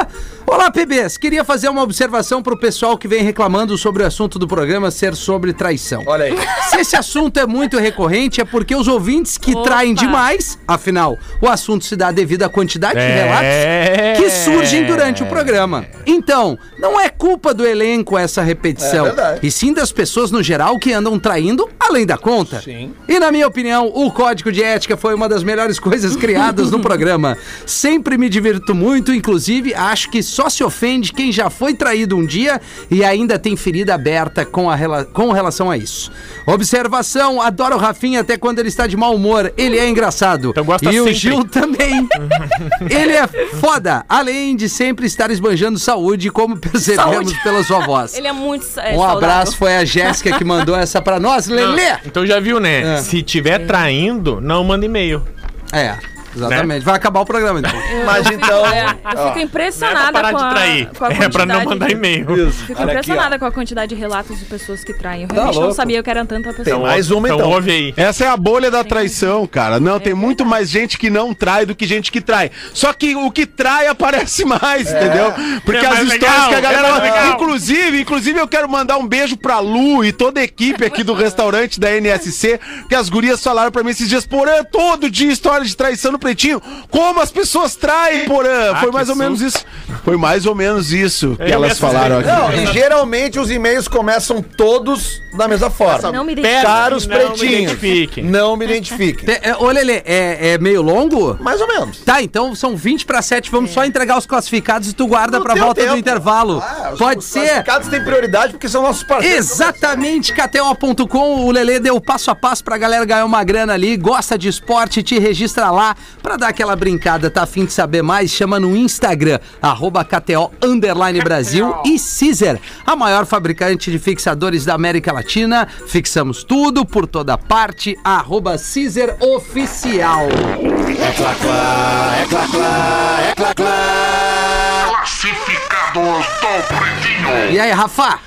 [SPEAKER 4] Olá, PBs. Queria fazer uma observação pro pessoal que vem reclamando sobre o assunto do programa ser sobre traição.
[SPEAKER 6] Olha aí.
[SPEAKER 4] Se esse assunto é muito recorrente, é porque os ouvintes que
[SPEAKER 8] Opa.
[SPEAKER 4] traem demais, afinal, o assunto se dá devido à quantidade de
[SPEAKER 7] É.
[SPEAKER 4] relatos que surgem durante o programa. Então, não é culpa do elenco essa repetição,
[SPEAKER 6] É verdade.
[SPEAKER 4] e sim das pessoas no geral que andam traindo além da conta. E na minha opinião, o código de ética foi uma das melhores coisas criadas no programa. Sempre me divirto muito, inclusive acho que só se ofende quem já foi traído um dia e ainda tem ferida aberta com, a rela- com relação a isso. Observação, adoro o Rafinha até quando ele está de mau humor, ele é engraçado.
[SPEAKER 7] Então gosta
[SPEAKER 4] e o
[SPEAKER 7] sempre.
[SPEAKER 4] Gil também. ele é foda, além de sempre estar esbanjando saúde, como percebemos
[SPEAKER 8] Saúde.
[SPEAKER 4] pela sua voz.
[SPEAKER 8] Ele é muito. é,
[SPEAKER 4] Um
[SPEAKER 8] saudável.
[SPEAKER 4] abraço, foi a Jéssica que mandou essa pra nós, Lelê!
[SPEAKER 7] Então já viu, né?
[SPEAKER 4] É.
[SPEAKER 7] Se tiver traindo, não manda e-mail.
[SPEAKER 4] É, exatamente. Vai acabar o programa então.
[SPEAKER 6] Mas então.
[SPEAKER 8] É, eu fico
[SPEAKER 7] Não é pra
[SPEAKER 8] impressionada
[SPEAKER 7] parar
[SPEAKER 8] com a,
[SPEAKER 7] de trair.
[SPEAKER 8] com a
[SPEAKER 7] É pra não
[SPEAKER 8] quantidade
[SPEAKER 7] mandar
[SPEAKER 8] de-
[SPEAKER 7] e-mail.
[SPEAKER 8] Fico
[SPEAKER 6] Olha aqui,
[SPEAKER 8] impressionada com a quantidade de relatos de pessoas que traem. Eu realmente não
[SPEAKER 6] louco.
[SPEAKER 8] sabia que era tanta pessoa.
[SPEAKER 6] Tem mais uma, então.
[SPEAKER 7] Então ouve aí.
[SPEAKER 5] Essa é a bolha da traição, cara. Não, tem muito mais gente que não trai do que gente que trai. Só que o que trai aparece mais, entendeu? Porque
[SPEAKER 7] É
[SPEAKER 5] as
[SPEAKER 7] mais
[SPEAKER 5] histórias
[SPEAKER 7] legal,
[SPEAKER 5] que a
[SPEAKER 7] é mais
[SPEAKER 5] galera.
[SPEAKER 7] legal.
[SPEAKER 5] inclusive, inclusive, eu quero mandar um beijo pra Lu e toda a equipe aqui do restaurante da NSC, que as gurias falaram pra mim esses dias, Porã, todo dia história de traição no pretinho. Como as pessoas traem, Porã? Foi
[SPEAKER 7] Ah, que
[SPEAKER 5] mais ou
[SPEAKER 7] susto.
[SPEAKER 5] menos isso. Foi mais ou menos isso que
[SPEAKER 7] Eu
[SPEAKER 5] elas
[SPEAKER 7] mesmo
[SPEAKER 5] falaram aqui.
[SPEAKER 6] Não, e geralmente os e-mails começam todos da mesma forma.
[SPEAKER 8] Não me
[SPEAKER 7] Pera,
[SPEAKER 8] identifico.
[SPEAKER 6] Caros
[SPEAKER 7] não me
[SPEAKER 6] pretinhos.
[SPEAKER 7] identifiquem.
[SPEAKER 6] Não me identifiquem.
[SPEAKER 4] Pe- é, Ô, Lelê, é, é meio longo?
[SPEAKER 6] Mais ou menos.
[SPEAKER 4] Tá, então são 20 pra 7.
[SPEAKER 8] É.
[SPEAKER 4] Vamos só entregar os classificados e tu guarda
[SPEAKER 6] No
[SPEAKER 4] pra
[SPEAKER 6] teu
[SPEAKER 4] volta do
[SPEAKER 6] tempo.
[SPEAKER 4] intervalo.
[SPEAKER 6] Ah, os-
[SPEAKER 4] Pode
[SPEAKER 6] os
[SPEAKER 4] ser.
[SPEAKER 6] classificados têm prioridade porque são nossos parceiros.
[SPEAKER 4] Exatamente, KTO.com. O Lelê deu passo a passo pra galera ganhar uma grana ali. Gosta de esporte, te registra lá pra dar aquela brincada. Tá afim de saber mais? Chama no Instagram, arroba KTO underline Brasil e Caesar, a maior fabricante de fixadores da América Latina. Fixamos tudo por toda parte, arroba Caesar Oficial. E aí, Rafa?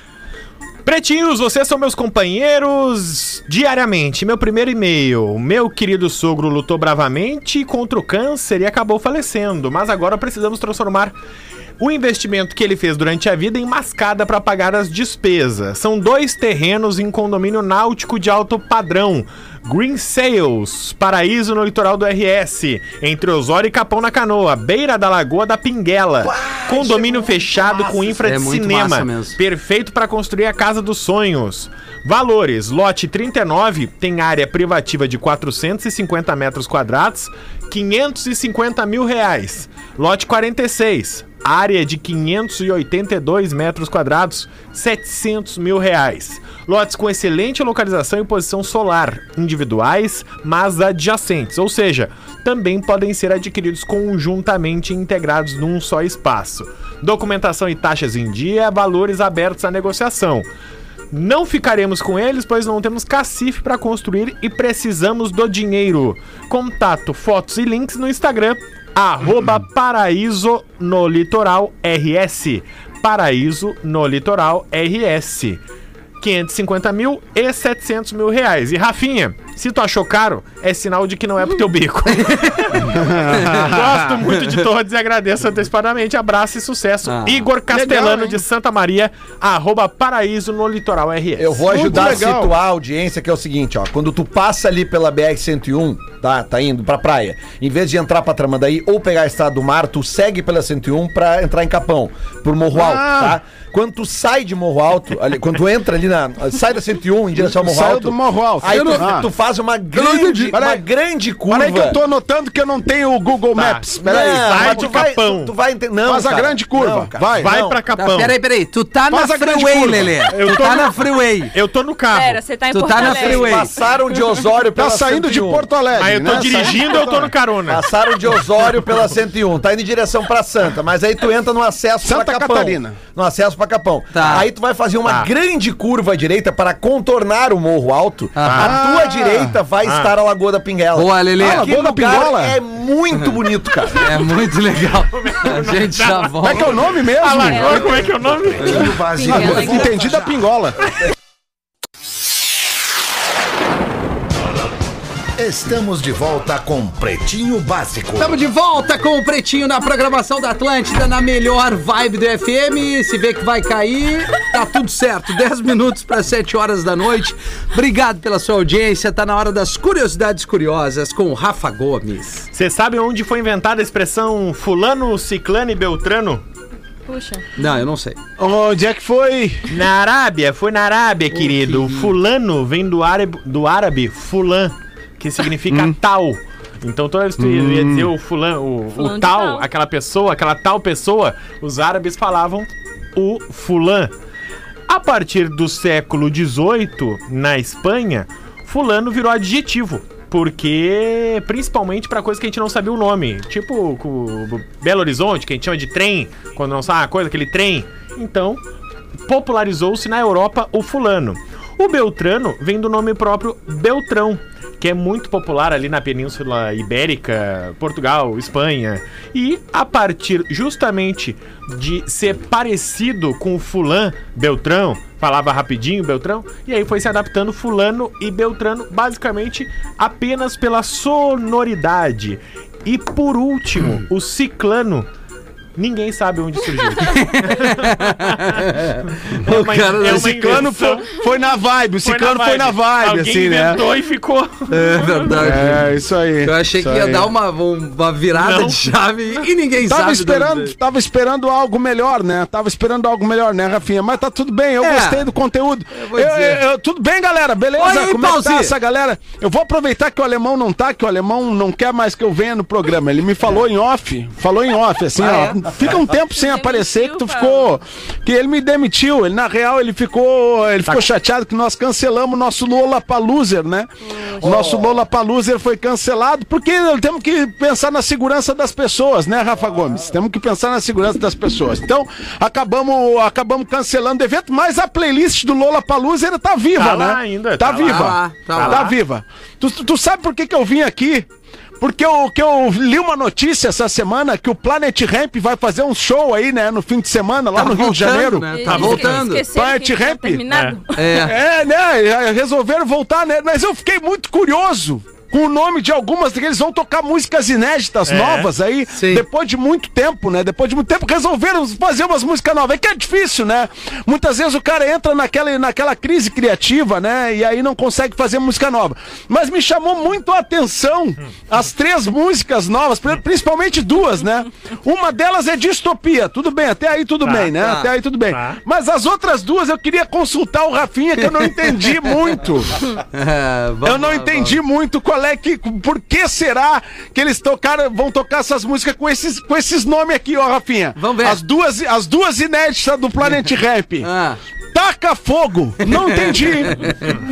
[SPEAKER 7] Pretinhos, vocês são meus companheiros diariamente. Meu primeiro e-mail. Meu querido sogro lutou bravamente contra o câncer e acabou falecendo, mas agora precisamos transformar o investimento que ele fez durante a vida em mascada para pagar as despesas. São dois terrenos em condomínio náutico de alto padrão. Green Sales, paraíso no litoral do RS, entre Osório e Capão na Canoa, beira da Lagoa da Pinguela. condomínio fechado com infra
[SPEAKER 4] É
[SPEAKER 7] de
[SPEAKER 4] muito massa
[SPEAKER 7] cinema.
[SPEAKER 4] mesmo.
[SPEAKER 7] Perfeito para construir a casa dos sonhos. Valores: lote 39 tem área privativa de 450 metros quadrados, 550 mil reais. Lote 46, área de 582 metros quadrados, 700 mil reais. Lotes com excelente localização e posição solar, individuais, mas adjacentes, ou seja, também podem ser adquiridos conjuntamente e integrados num um só espaço. Documentação e taxas em dia, valores abertos à negociação. Não ficaremos com eles, pois não temos cacife para construir e precisamos do dinheiro. Contato, fotos e links no Instagram, arroba paraíso no litoral RS. Paraíso no litoral RS. 550 mil e 700 mil reais. E Rafinha, se tu achou caro, é sinal de que não é pro teu bico. Gosto muito de todos e agradeço antecipadamente. Abraço e sucesso.
[SPEAKER 4] Ah.
[SPEAKER 7] Igor Castelano
[SPEAKER 5] Legal, hein?
[SPEAKER 7] de Santa Maria, arroba paraíso no litoral RS.
[SPEAKER 6] Eu vou ajudar a
[SPEAKER 5] legal.
[SPEAKER 6] situar a audiência, que é o seguinte, ó. Quando tu passa ali pela BR-101, tá, tá indo pra praia, em vez de entrar pra Tramandaí ou pegar a Estrada do Mar, tu segue pela 101 pra entrar em Capão, por Morro Alto,
[SPEAKER 5] Ah.
[SPEAKER 6] tá? Quando tu sai de Morro Alto, ali, quando tu entra ali na... Sai da 101 em direção ao Morro
[SPEAKER 5] Saiu
[SPEAKER 6] Alto.
[SPEAKER 5] do Morro Alto.
[SPEAKER 6] Aí
[SPEAKER 5] Eu
[SPEAKER 6] tu,
[SPEAKER 5] não-
[SPEAKER 6] tu faz uma
[SPEAKER 5] entendi.
[SPEAKER 6] grande,
[SPEAKER 5] Pera
[SPEAKER 6] uma
[SPEAKER 5] aí.
[SPEAKER 6] grande curva.
[SPEAKER 5] Peraí que eu tô anotando que eu não tenho o Google
[SPEAKER 7] Tá.
[SPEAKER 5] Maps. Peraí.
[SPEAKER 6] Não,
[SPEAKER 7] sai
[SPEAKER 6] mas
[SPEAKER 7] de
[SPEAKER 6] tu vai-
[SPEAKER 7] Capão.
[SPEAKER 6] Tu, tu vai entender. Não,
[SPEAKER 5] Faz a grande curva. Vai.
[SPEAKER 7] Vai
[SPEAKER 6] não.
[SPEAKER 7] pra
[SPEAKER 4] Tá,
[SPEAKER 7] Capão.
[SPEAKER 4] peraí, peraí. Tu tá
[SPEAKER 5] Faz
[SPEAKER 4] na
[SPEAKER 5] a grande
[SPEAKER 4] freeway,
[SPEAKER 5] curva.
[SPEAKER 4] Lelê.
[SPEAKER 7] Eu
[SPEAKER 4] Tu
[SPEAKER 7] tô
[SPEAKER 4] tá
[SPEAKER 7] no-
[SPEAKER 4] na freeway.
[SPEAKER 7] Eu tô no carro.
[SPEAKER 8] Pera, você tá em
[SPEAKER 4] Tu
[SPEAKER 8] Porto
[SPEAKER 4] tá na
[SPEAKER 8] Alegre.
[SPEAKER 4] freeway.
[SPEAKER 6] Passaram de Osório pela
[SPEAKER 5] Tá saindo de
[SPEAKER 6] 101.
[SPEAKER 5] Porto Alegre.
[SPEAKER 7] Mas Ah, eu tô
[SPEAKER 5] né?
[SPEAKER 7] dirigindo, eu tô no carona.
[SPEAKER 6] né? Passaram de Osório pela 101, tá indo em direção pra Santa, mas aí tu entra no acesso
[SPEAKER 5] Santa
[SPEAKER 6] pra Capão.
[SPEAKER 5] Catarina.
[SPEAKER 6] No acesso pra Capão.
[SPEAKER 4] Tá.
[SPEAKER 6] Aí tu vai fazer uma
[SPEAKER 7] Tá.
[SPEAKER 6] grande curva à direita para contornar o Morro Alto.
[SPEAKER 4] Ah.
[SPEAKER 6] A tua direita vai estar a Lagoa da Pinguela.
[SPEAKER 4] Boa, Lelê.
[SPEAKER 5] Ah,
[SPEAKER 6] Aquele
[SPEAKER 5] Lagoa da
[SPEAKER 6] lugar
[SPEAKER 5] Pinguela?
[SPEAKER 6] é muito bonito, cara.
[SPEAKER 4] É muito legal. A gente já
[SPEAKER 5] Como é que
[SPEAKER 4] volta.
[SPEAKER 5] é o nome mesmo?
[SPEAKER 7] Agora, como é que é o nome?
[SPEAKER 8] Pinguela,
[SPEAKER 5] Ah, Entendi da pingola.
[SPEAKER 2] Estamos de volta com Pretinho Básico.
[SPEAKER 5] Tá
[SPEAKER 4] Estamos de volta com o Pretinho na programação da Atlântida, na melhor vibe do FM. Se vê que vai cair, tá tudo certo. 10 minutos para 7 horas da noite. Obrigado pela sua audiência. Tá na hora das curiosidades curiosas com o Rafa Gomes.
[SPEAKER 7] Vocês sabem onde foi inventada a expressão fulano, ciclano e beltrano?
[SPEAKER 8] Puxa.
[SPEAKER 4] Não, eu não sei.
[SPEAKER 5] Onde é que foi?
[SPEAKER 7] Na Arábia, foi na Arábia, querido. Fulano vem do árabe, do árabe fulan, que significa tal. Então toda vez que tu ia dizer o fulan, o, o
[SPEAKER 8] Fulano de
[SPEAKER 7] tal,
[SPEAKER 8] tal.
[SPEAKER 7] aquela pessoa, aquela tal pessoa, os árabes falavam o fulan. A partir do século XVIII, na Espanha, fulano virou adjetivo. Porque, principalmente pra coisa que a gente não sabia o nome. Tipo o Belo Horizonte, que a gente chama de trem, quando não sabe uma coisa, aquele trem. Então, popularizou-se na Europa o fulano. O Beltrano vem do nome próprio Beltrão, que é muito popular ali na Península Ibérica, Portugal, Espanha. E a partir justamente de ser parecido com o fulan, Beltrão, falava rapidinho Beltrão, e aí foi se adaptando fulano e Beltrano basicamente apenas pela sonoridade. E por
[SPEAKER 5] Hum.
[SPEAKER 7] último, o ciclano, ninguém sabe onde surgiu. É uma- é uma
[SPEAKER 5] o ciclano
[SPEAKER 7] invenção.
[SPEAKER 5] foi, foi na vibe. O ciclano foi na vibe,
[SPEAKER 7] Alguém
[SPEAKER 5] assim, né?
[SPEAKER 7] inventou e ficou.
[SPEAKER 4] É verdade.
[SPEAKER 5] É, isso aí.
[SPEAKER 4] Eu achei
[SPEAKER 5] isso
[SPEAKER 4] que ia
[SPEAKER 5] aí.
[SPEAKER 4] dar uma, um, uma virada
[SPEAKER 7] Não.
[SPEAKER 4] de chave e ninguém
[SPEAKER 5] Tava
[SPEAKER 4] sabe.
[SPEAKER 5] esperando, tava esperando algo melhor, né? Tava esperando algo melhor, né, Rafinha? Mas tá tudo bem, eu
[SPEAKER 4] É.
[SPEAKER 5] gostei do conteúdo.
[SPEAKER 4] vou
[SPEAKER 5] Eu-
[SPEAKER 4] dizer.
[SPEAKER 5] eu- eu- tudo bem, galera? Beleza?
[SPEAKER 4] Olha aí,
[SPEAKER 5] Como é que tá
[SPEAKER 4] Pause.
[SPEAKER 5] essa galera? Eu vou aproveitar que o alemão não tá, que o alemão não quer mais que eu venha no programa. Ele me falou
[SPEAKER 4] É.
[SPEAKER 5] em off, falou em off, assim,
[SPEAKER 4] Ah,
[SPEAKER 5] ó. Fica um tempo sem
[SPEAKER 8] Demitiu,
[SPEAKER 5] aparecer que tu
[SPEAKER 8] Paulo.
[SPEAKER 5] ficou. Que ele me demitiu. Ele, na real, ele ficou. Ele
[SPEAKER 7] Tá.
[SPEAKER 5] ficou chateado que nós cancelamos o nosso Lola Paluser, né? O nosso Lola Paluser foi cancelado, porque temos que pensar na segurança das pessoas, né, Rafa Gomes? Temos que pensar na segurança das pessoas. Então, acabamos, acabamos cancelando o evento, mas a playlist do Lola Paluser tá viva,
[SPEAKER 7] Tá
[SPEAKER 5] né?
[SPEAKER 7] lá ainda,
[SPEAKER 5] tá,
[SPEAKER 7] tá lá.
[SPEAKER 5] viva.
[SPEAKER 4] Tá lá, tá lá.
[SPEAKER 5] viva. Tu, tu sabe por que, que eu vim aqui? Porque eu, que eu li uma notícia essa semana que o Planet Ramp vai fazer um show aí, né, no fim de semana, lá
[SPEAKER 4] Tá
[SPEAKER 5] no Rio de
[SPEAKER 4] voltando,
[SPEAKER 5] Janeiro.
[SPEAKER 4] né?
[SPEAKER 8] Eles
[SPEAKER 4] Tá voltando.
[SPEAKER 8] esqueceram
[SPEAKER 5] Planet
[SPEAKER 8] que tinha
[SPEAKER 5] Ramp?
[SPEAKER 8] Terminado.
[SPEAKER 4] É.
[SPEAKER 5] É, né? já Resolveram voltar, né? Mas eu fiquei muito curioso com o nome de algumas, porque eles vão tocar músicas inéditas novas aí,
[SPEAKER 4] É. Sim.
[SPEAKER 5] depois de muito tempo, né? Depois de muito tempo, resolveram fazer umas músicas novas. É que é difícil, né? Muitas vezes o cara entra naquela, naquela crise criativa, né? E aí não consegue fazer música nova. Mas me chamou muito a atenção as três músicas novas, pri- principalmente duas, né? Uma delas é Distopia. Tudo bem, até aí tudo bem, né?
[SPEAKER 4] tá.
[SPEAKER 5] Até aí tudo bem.
[SPEAKER 7] Tá.
[SPEAKER 5] Mas as outras duas eu queria consultar o Rafinha, que eu não entendi muito.
[SPEAKER 4] É, vamos
[SPEAKER 5] Eu não
[SPEAKER 4] lá,
[SPEAKER 5] entendi muito qual é que. Por que será que eles tocaram, vão tocar essas músicas com esses, com esses nomes aqui, ó, Rafinha?
[SPEAKER 4] Vamos ver.
[SPEAKER 5] As duas, as duas inéditas do Planet Rap.
[SPEAKER 4] Ah.
[SPEAKER 5] Taca fogo! Não entendi!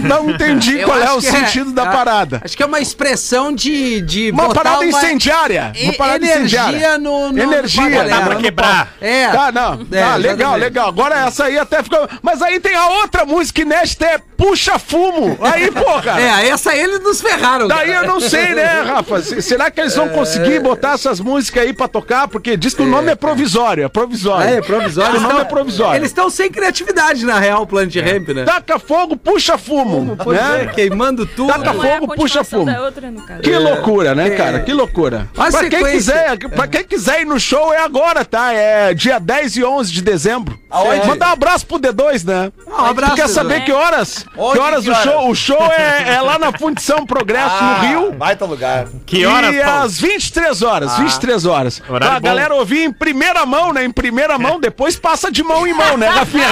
[SPEAKER 5] Não entendi
[SPEAKER 4] Eu
[SPEAKER 5] qual é
[SPEAKER 4] acho
[SPEAKER 5] o
[SPEAKER 4] que
[SPEAKER 5] sentido da
[SPEAKER 4] a-
[SPEAKER 5] parada.
[SPEAKER 4] Acho que é uma expressão de. de
[SPEAKER 5] Uma
[SPEAKER 4] botar
[SPEAKER 5] parada
[SPEAKER 4] uma-
[SPEAKER 5] incendiária! Uma
[SPEAKER 4] e-
[SPEAKER 5] parada
[SPEAKER 4] energia
[SPEAKER 5] incendiária!
[SPEAKER 4] no, no.
[SPEAKER 5] Energia.
[SPEAKER 4] pra galera,
[SPEAKER 5] Dá pra
[SPEAKER 4] no-
[SPEAKER 7] quebrar.
[SPEAKER 4] É.
[SPEAKER 5] Tá, não.
[SPEAKER 4] É,
[SPEAKER 5] ah, legal,
[SPEAKER 4] exatamente.
[SPEAKER 5] legal. Agora essa aí até ficou. Mas aí tem a outra música inédita, é Puxa Fumo. Aí, porra.
[SPEAKER 4] É, essa aí eles nos ferraram.
[SPEAKER 5] Daí eu
[SPEAKER 4] cara.
[SPEAKER 5] não sei, né, Rafa? Se- Será que
[SPEAKER 4] É.
[SPEAKER 5] eles vão conseguir botar essas músicas aí pra tocar? Porque diz que o nome é provisório, é provisório.
[SPEAKER 4] É, provisório.
[SPEAKER 5] O nome
[SPEAKER 4] Então,
[SPEAKER 5] é provisório.
[SPEAKER 4] Eles estão sem criatividade, na real, o
[SPEAKER 7] É.
[SPEAKER 4] Planet Ramp, né?
[SPEAKER 6] Tá,
[SPEAKER 5] Taca fogo, puxa fumo,
[SPEAKER 4] Pois é,
[SPEAKER 5] né?
[SPEAKER 4] queimando tudo.
[SPEAKER 6] Tá,
[SPEAKER 5] Taca
[SPEAKER 8] Não é a
[SPEAKER 5] fogo, puxa
[SPEAKER 8] continuação
[SPEAKER 5] fumo.
[SPEAKER 8] da outra, no caso.
[SPEAKER 5] Que loucura, né, cara? Que loucura.
[SPEAKER 4] É. A
[SPEAKER 5] pra, quem
[SPEAKER 4] sequência-
[SPEAKER 5] quiser, pra quem quiser ir no show é agora, tá? É dia 10 e 11 de dezembro.
[SPEAKER 6] Aonde?
[SPEAKER 5] Mandar um abraço pro D2, né?
[SPEAKER 4] Ah, um abraço,
[SPEAKER 5] Tu quer saber
[SPEAKER 4] D2.
[SPEAKER 5] que horas?
[SPEAKER 6] Onde,
[SPEAKER 5] que horas
[SPEAKER 6] que
[SPEAKER 5] o
[SPEAKER 6] horas?
[SPEAKER 5] show? O show é, é lá na Fundição Progresso,
[SPEAKER 4] Ah.
[SPEAKER 5] no Rio.
[SPEAKER 6] Baita lugar.
[SPEAKER 7] Que horas,
[SPEAKER 5] E
[SPEAKER 7] Paulo? Ah,
[SPEAKER 5] às 23 horas, 23 horas.
[SPEAKER 7] Horário
[SPEAKER 5] pra
[SPEAKER 7] bom.
[SPEAKER 5] galera ouvir em primeira mão, né? Em primeira mão, depois passa de mão em mão, né,
[SPEAKER 4] Que
[SPEAKER 5] Rafinha?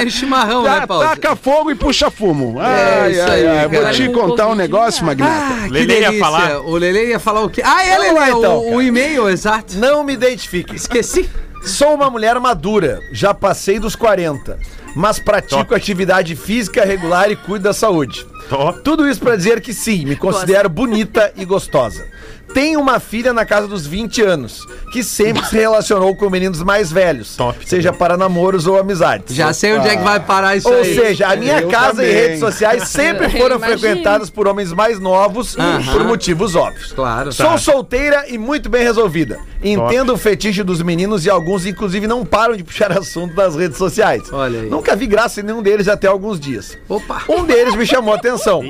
[SPEAKER 4] nem chimarrão,
[SPEAKER 6] Tá,
[SPEAKER 4] né, Paulo? É
[SPEAKER 5] Taca fogo e puxa fumo. Ai,
[SPEAKER 4] isso
[SPEAKER 5] ai,
[SPEAKER 4] aí,
[SPEAKER 5] ai. Vou
[SPEAKER 4] cara.
[SPEAKER 5] te contar um negócio, Magnata.
[SPEAKER 4] Ah, que
[SPEAKER 7] Lele ia
[SPEAKER 4] delícia.
[SPEAKER 7] falar.
[SPEAKER 4] O Lele ia falar o quê? Ah, é,
[SPEAKER 6] Vamos
[SPEAKER 4] Lele,
[SPEAKER 6] lá, então,
[SPEAKER 4] o,
[SPEAKER 6] cara.
[SPEAKER 4] o e-mail, exato.
[SPEAKER 6] Não me identifique.
[SPEAKER 4] Esqueci.
[SPEAKER 6] Sou uma mulher madura, já passei dos 40, mas pratico
[SPEAKER 7] Top.
[SPEAKER 6] atividade física regular e cuido da saúde.
[SPEAKER 7] Top.
[SPEAKER 6] Tudo isso pra dizer que sim, me considero bonita e gostosa. Tenho uma filha na casa dos 20 anos, que sempre se relacionou com meninos mais velhos,
[SPEAKER 7] Top.
[SPEAKER 6] seja para namoros ou amizades.
[SPEAKER 4] Já sei onde é que vai parar isso
[SPEAKER 6] Ou
[SPEAKER 4] aí.
[SPEAKER 6] seja, a minha
[SPEAKER 5] Eu
[SPEAKER 6] casa e
[SPEAKER 5] também.
[SPEAKER 6] redes sociais sempre
[SPEAKER 8] Eu
[SPEAKER 6] foram
[SPEAKER 8] imagino.
[SPEAKER 6] frequentadas por homens mais novos
[SPEAKER 4] Aham.
[SPEAKER 6] por motivos óbvios.
[SPEAKER 4] Claro. tá.
[SPEAKER 6] Sou solteira e muito bem resolvida. Entendo o fetiche dos meninos e alguns, inclusive, não param de puxar assunto nas redes sociais.
[SPEAKER 4] Olha aí.
[SPEAKER 6] Nunca vi graça em nenhum deles até alguns dias.
[SPEAKER 4] Opa.
[SPEAKER 6] Um deles me chamou a atenção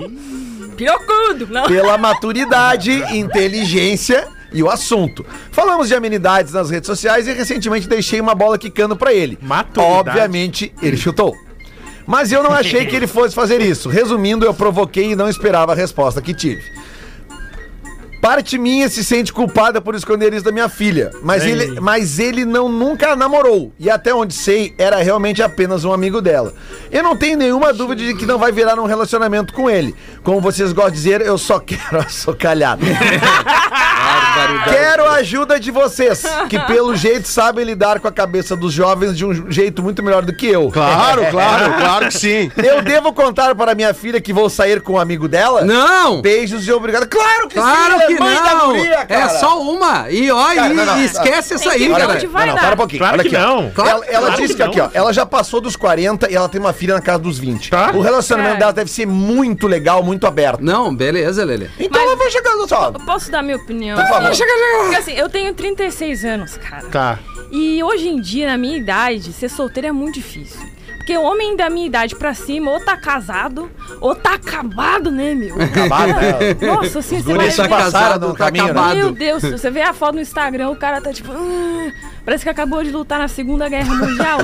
[SPEAKER 8] Pirocudo! Não.
[SPEAKER 6] pela maturidade, inteligência e o assunto. Falamos de amenidades nas redes sociais e recentemente deixei uma bola quicando pra ele.
[SPEAKER 7] Maturidade.
[SPEAKER 6] Obviamente, ele chutou. Mas eu não achei que ele fosse fazer isso. Resumindo, eu provoquei e não esperava a resposta que tive. Parte minha se sente culpada por esconder isso da minha filha, mas
[SPEAKER 7] Bem.
[SPEAKER 6] ele, mas ele não nunca a namorou e até onde sei era realmente apenas um amigo dela. Eu não tenho nenhuma dúvida de que não vai virar um relacionamento com ele. Como vocês gostam de dizer, eu só quero a socalhada. Quero a ajuda de vocês, que pelo jeito sabem lidar com a cabeça dos jovens de um jeito muito melhor do que eu.
[SPEAKER 5] Claro, claro, claro que sim.
[SPEAKER 6] Eu devo contar para minha filha que vou sair com um amigo dela?
[SPEAKER 4] Não!
[SPEAKER 6] Beijos e obrigado. Claro que
[SPEAKER 4] Claro
[SPEAKER 6] ela é
[SPEAKER 4] que
[SPEAKER 6] mãe da
[SPEAKER 4] não!
[SPEAKER 6] guria, cara.
[SPEAKER 4] É só uma. E ó,
[SPEAKER 6] Cara,
[SPEAKER 4] e-
[SPEAKER 6] não, não.
[SPEAKER 4] e esquece essa aí,
[SPEAKER 8] que ver
[SPEAKER 6] Olha,
[SPEAKER 4] cara.
[SPEAKER 8] onde vai
[SPEAKER 6] não, não,
[SPEAKER 8] dar.
[SPEAKER 6] para um pouquinho.
[SPEAKER 7] Claro
[SPEAKER 6] olha
[SPEAKER 7] que
[SPEAKER 6] aqui, ó.
[SPEAKER 7] não.
[SPEAKER 6] Ela, ela
[SPEAKER 7] claro
[SPEAKER 6] disse que
[SPEAKER 7] que
[SPEAKER 6] aqui,
[SPEAKER 7] não.
[SPEAKER 6] ó, ela já passou dos 40 e ela tem uma filha na casa dos 20.
[SPEAKER 7] Tá.
[SPEAKER 6] O relacionamento
[SPEAKER 8] Cara.
[SPEAKER 6] dela deve ser muito legal, muito aberto.
[SPEAKER 4] Não, beleza, Lele.
[SPEAKER 6] Então
[SPEAKER 8] Mas-
[SPEAKER 6] ela vai chegando só.
[SPEAKER 8] Eu Posso dar minha opinião?
[SPEAKER 6] Por favor.
[SPEAKER 8] Chega, Porque assim, eu tenho 36 anos, cara.
[SPEAKER 7] Tá.
[SPEAKER 8] E hoje em dia, na minha idade, ser solteiro é muito difícil. Porque o homem da minha idade pra cima, ou tá casado, ou tá acabado, né, meu?
[SPEAKER 6] Acabado, né?
[SPEAKER 8] Nossa, assim, você vai
[SPEAKER 6] guris
[SPEAKER 8] ver...
[SPEAKER 6] passaram no
[SPEAKER 4] tá
[SPEAKER 6] caminho, né?
[SPEAKER 8] Meu
[SPEAKER 4] acabado.
[SPEAKER 8] Deus, se você vê a foto no Instagram, o cara tá tipo. "Ah, parece que acabou de lutar na Segunda Guerra Mundial.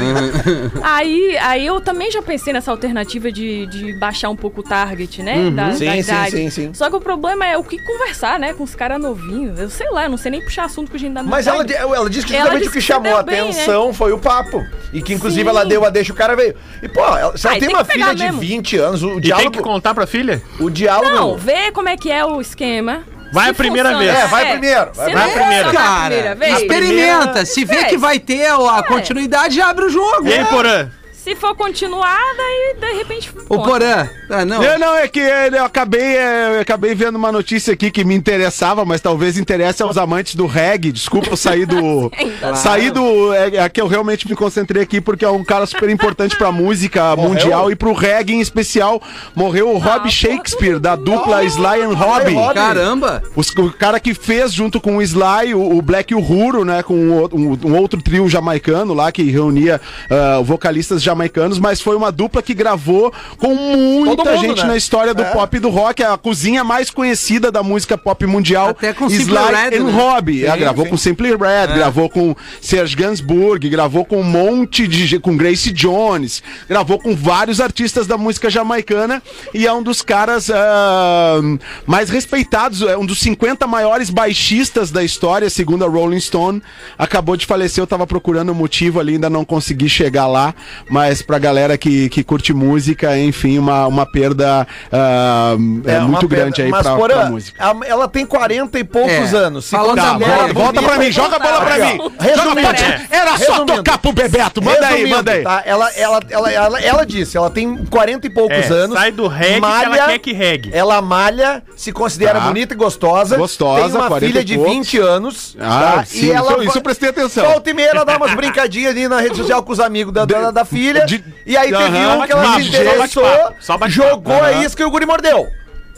[SPEAKER 8] aí, aí eu também já pensei nessa alternativa de, de baixar um pouco o target, né? da,
[SPEAKER 6] Sim,
[SPEAKER 8] da
[SPEAKER 6] sim,
[SPEAKER 8] idade.
[SPEAKER 6] sim, sim.
[SPEAKER 8] Só que o problema é o que conversar, né? Com os caras novinhos. Eu sei lá, eu não sei nem puxar assunto com gente da minha
[SPEAKER 6] Mas ela,
[SPEAKER 8] idade.
[SPEAKER 6] di- ela disse que
[SPEAKER 8] Ela
[SPEAKER 6] justamente
[SPEAKER 8] disse
[SPEAKER 6] o que
[SPEAKER 8] que se
[SPEAKER 6] chamou a
[SPEAKER 8] deu bem, né?
[SPEAKER 6] atenção foi o papo. E que inclusive
[SPEAKER 8] Sim.
[SPEAKER 6] ela deu a deixa, o cara veio. E pô, ela, se ela
[SPEAKER 8] Ah, e
[SPEAKER 6] tem
[SPEAKER 8] tem
[SPEAKER 6] uma
[SPEAKER 8] que pegar
[SPEAKER 6] filha de
[SPEAKER 8] mesmo.
[SPEAKER 6] 20 anos, o
[SPEAKER 7] E tem que
[SPEAKER 6] diálogo.
[SPEAKER 7] contar pra filha?
[SPEAKER 6] O diálogo.
[SPEAKER 8] Não, vê como é que é o esquema.
[SPEAKER 7] Vai
[SPEAKER 8] Se
[SPEAKER 7] a primeira
[SPEAKER 8] funciona.
[SPEAKER 7] vez.
[SPEAKER 6] É, vai primeiro, vai-
[SPEAKER 8] se
[SPEAKER 7] vai
[SPEAKER 8] não
[SPEAKER 7] primeiro.
[SPEAKER 8] funciona a primeira
[SPEAKER 4] Cara,
[SPEAKER 8] vez,
[SPEAKER 4] experimenta. Se vê
[SPEAKER 8] vê.
[SPEAKER 4] que vai ter a a
[SPEAKER 8] É.
[SPEAKER 4] continuidade, abre o jogo.
[SPEAKER 7] E aí, Porã?
[SPEAKER 8] Se Se for continuar, daí de repente.
[SPEAKER 4] Ô,
[SPEAKER 8] conta.
[SPEAKER 4] Porã. Ah, não.
[SPEAKER 5] Não, não, é que é, eu acabei, é, eu acabei vendo uma notícia aqui que me interessava, mas talvez interesse aos amantes do reggae. Desculpa eu sair do. Sair do. É, é que eu realmente me concentrei aqui porque é um cara super importante pra música mundial e pro reggae em especial. Morreu o Rob Shakespeare, da dupla Sly and Robbie.
[SPEAKER 6] Robbie.
[SPEAKER 4] Caramba.
[SPEAKER 5] Os- o cara que fez junto com o Sly, o, o Black e o Huro, né? Com um, outro- um- um outro trio jamaicano lá que reunia ah, vocalistas jamaicanos, mas foi uma dupla que gravou com muita
[SPEAKER 6] Todo mundo,
[SPEAKER 5] gente
[SPEAKER 6] né?
[SPEAKER 5] na história
[SPEAKER 4] É.
[SPEAKER 5] do pop e do rock, É a cozinha mais conhecida da música pop mundial.
[SPEAKER 4] Até com
[SPEAKER 5] Sly
[SPEAKER 4] Simple Red,
[SPEAKER 5] and
[SPEAKER 4] né?
[SPEAKER 5] Robbie.
[SPEAKER 6] Sim,
[SPEAKER 5] Ela Ah, gravou
[SPEAKER 6] sim. É.
[SPEAKER 5] com Simple Red, gravou com Serge Gainsbourg, gravou com um monte de ge- com Grace Jones, gravou com vários artistas da música jamaicana e é um dos caras ah, mais respeitados, é um dos 50 maiores baixistas da história, segundo a Rolling Stone. Acabou de falecer, eu tava procurando o motivo ali, ainda não consegui chegar lá, mas pra galera que, que curte música, enfim, uma, uma perda ah, é,
[SPEAKER 6] uma
[SPEAKER 5] muito
[SPEAKER 6] pena.
[SPEAKER 5] grande aí
[SPEAKER 6] Mas,
[SPEAKER 5] pra,
[SPEAKER 6] Porã,
[SPEAKER 5] pra música.
[SPEAKER 6] a- ela tem 40 e poucos
[SPEAKER 4] É.
[SPEAKER 6] anos. se
[SPEAKER 4] Falando
[SPEAKER 6] contar
[SPEAKER 4] da
[SPEAKER 6] bem,
[SPEAKER 4] bola,
[SPEAKER 6] é
[SPEAKER 5] volta
[SPEAKER 6] bonita.
[SPEAKER 5] pra mim, joga a bola pra
[SPEAKER 6] Aqui,
[SPEAKER 5] mim.
[SPEAKER 6] ó.
[SPEAKER 5] Joga pra
[SPEAKER 6] Resumindo,
[SPEAKER 5] ti. é. Era só
[SPEAKER 6] resumindo.
[SPEAKER 5] tocar pro Bebeto. Manda aí,
[SPEAKER 6] Resumindo,
[SPEAKER 5] manda aí.
[SPEAKER 6] tá? Ela, ela, ela, ela, ela disse, ela tem 40 e poucos
[SPEAKER 7] É,
[SPEAKER 6] anos.
[SPEAKER 7] sai do reggae que ela quer que regue.
[SPEAKER 6] Ela malha, se considera
[SPEAKER 5] Tá.
[SPEAKER 6] bonita e gostosa.
[SPEAKER 5] Gostosa,
[SPEAKER 6] tem uma
[SPEAKER 5] 40
[SPEAKER 6] filha
[SPEAKER 5] e
[SPEAKER 6] de
[SPEAKER 5] poucos.
[SPEAKER 6] 20 anos. tá?
[SPEAKER 5] Ah, sim, isso- isso eu prestei atenção.
[SPEAKER 6] Volta e meia, ela dá umas brincadinhas ali na rede social com os amigos da, da, da filha.
[SPEAKER 5] de-
[SPEAKER 6] e aí teve
[SPEAKER 5] Aham,
[SPEAKER 6] um que ela se
[SPEAKER 7] bate-papo, só
[SPEAKER 6] interessou,
[SPEAKER 7] bate-papo, só bate-papo.
[SPEAKER 6] jogou a isca e o guri mordeu.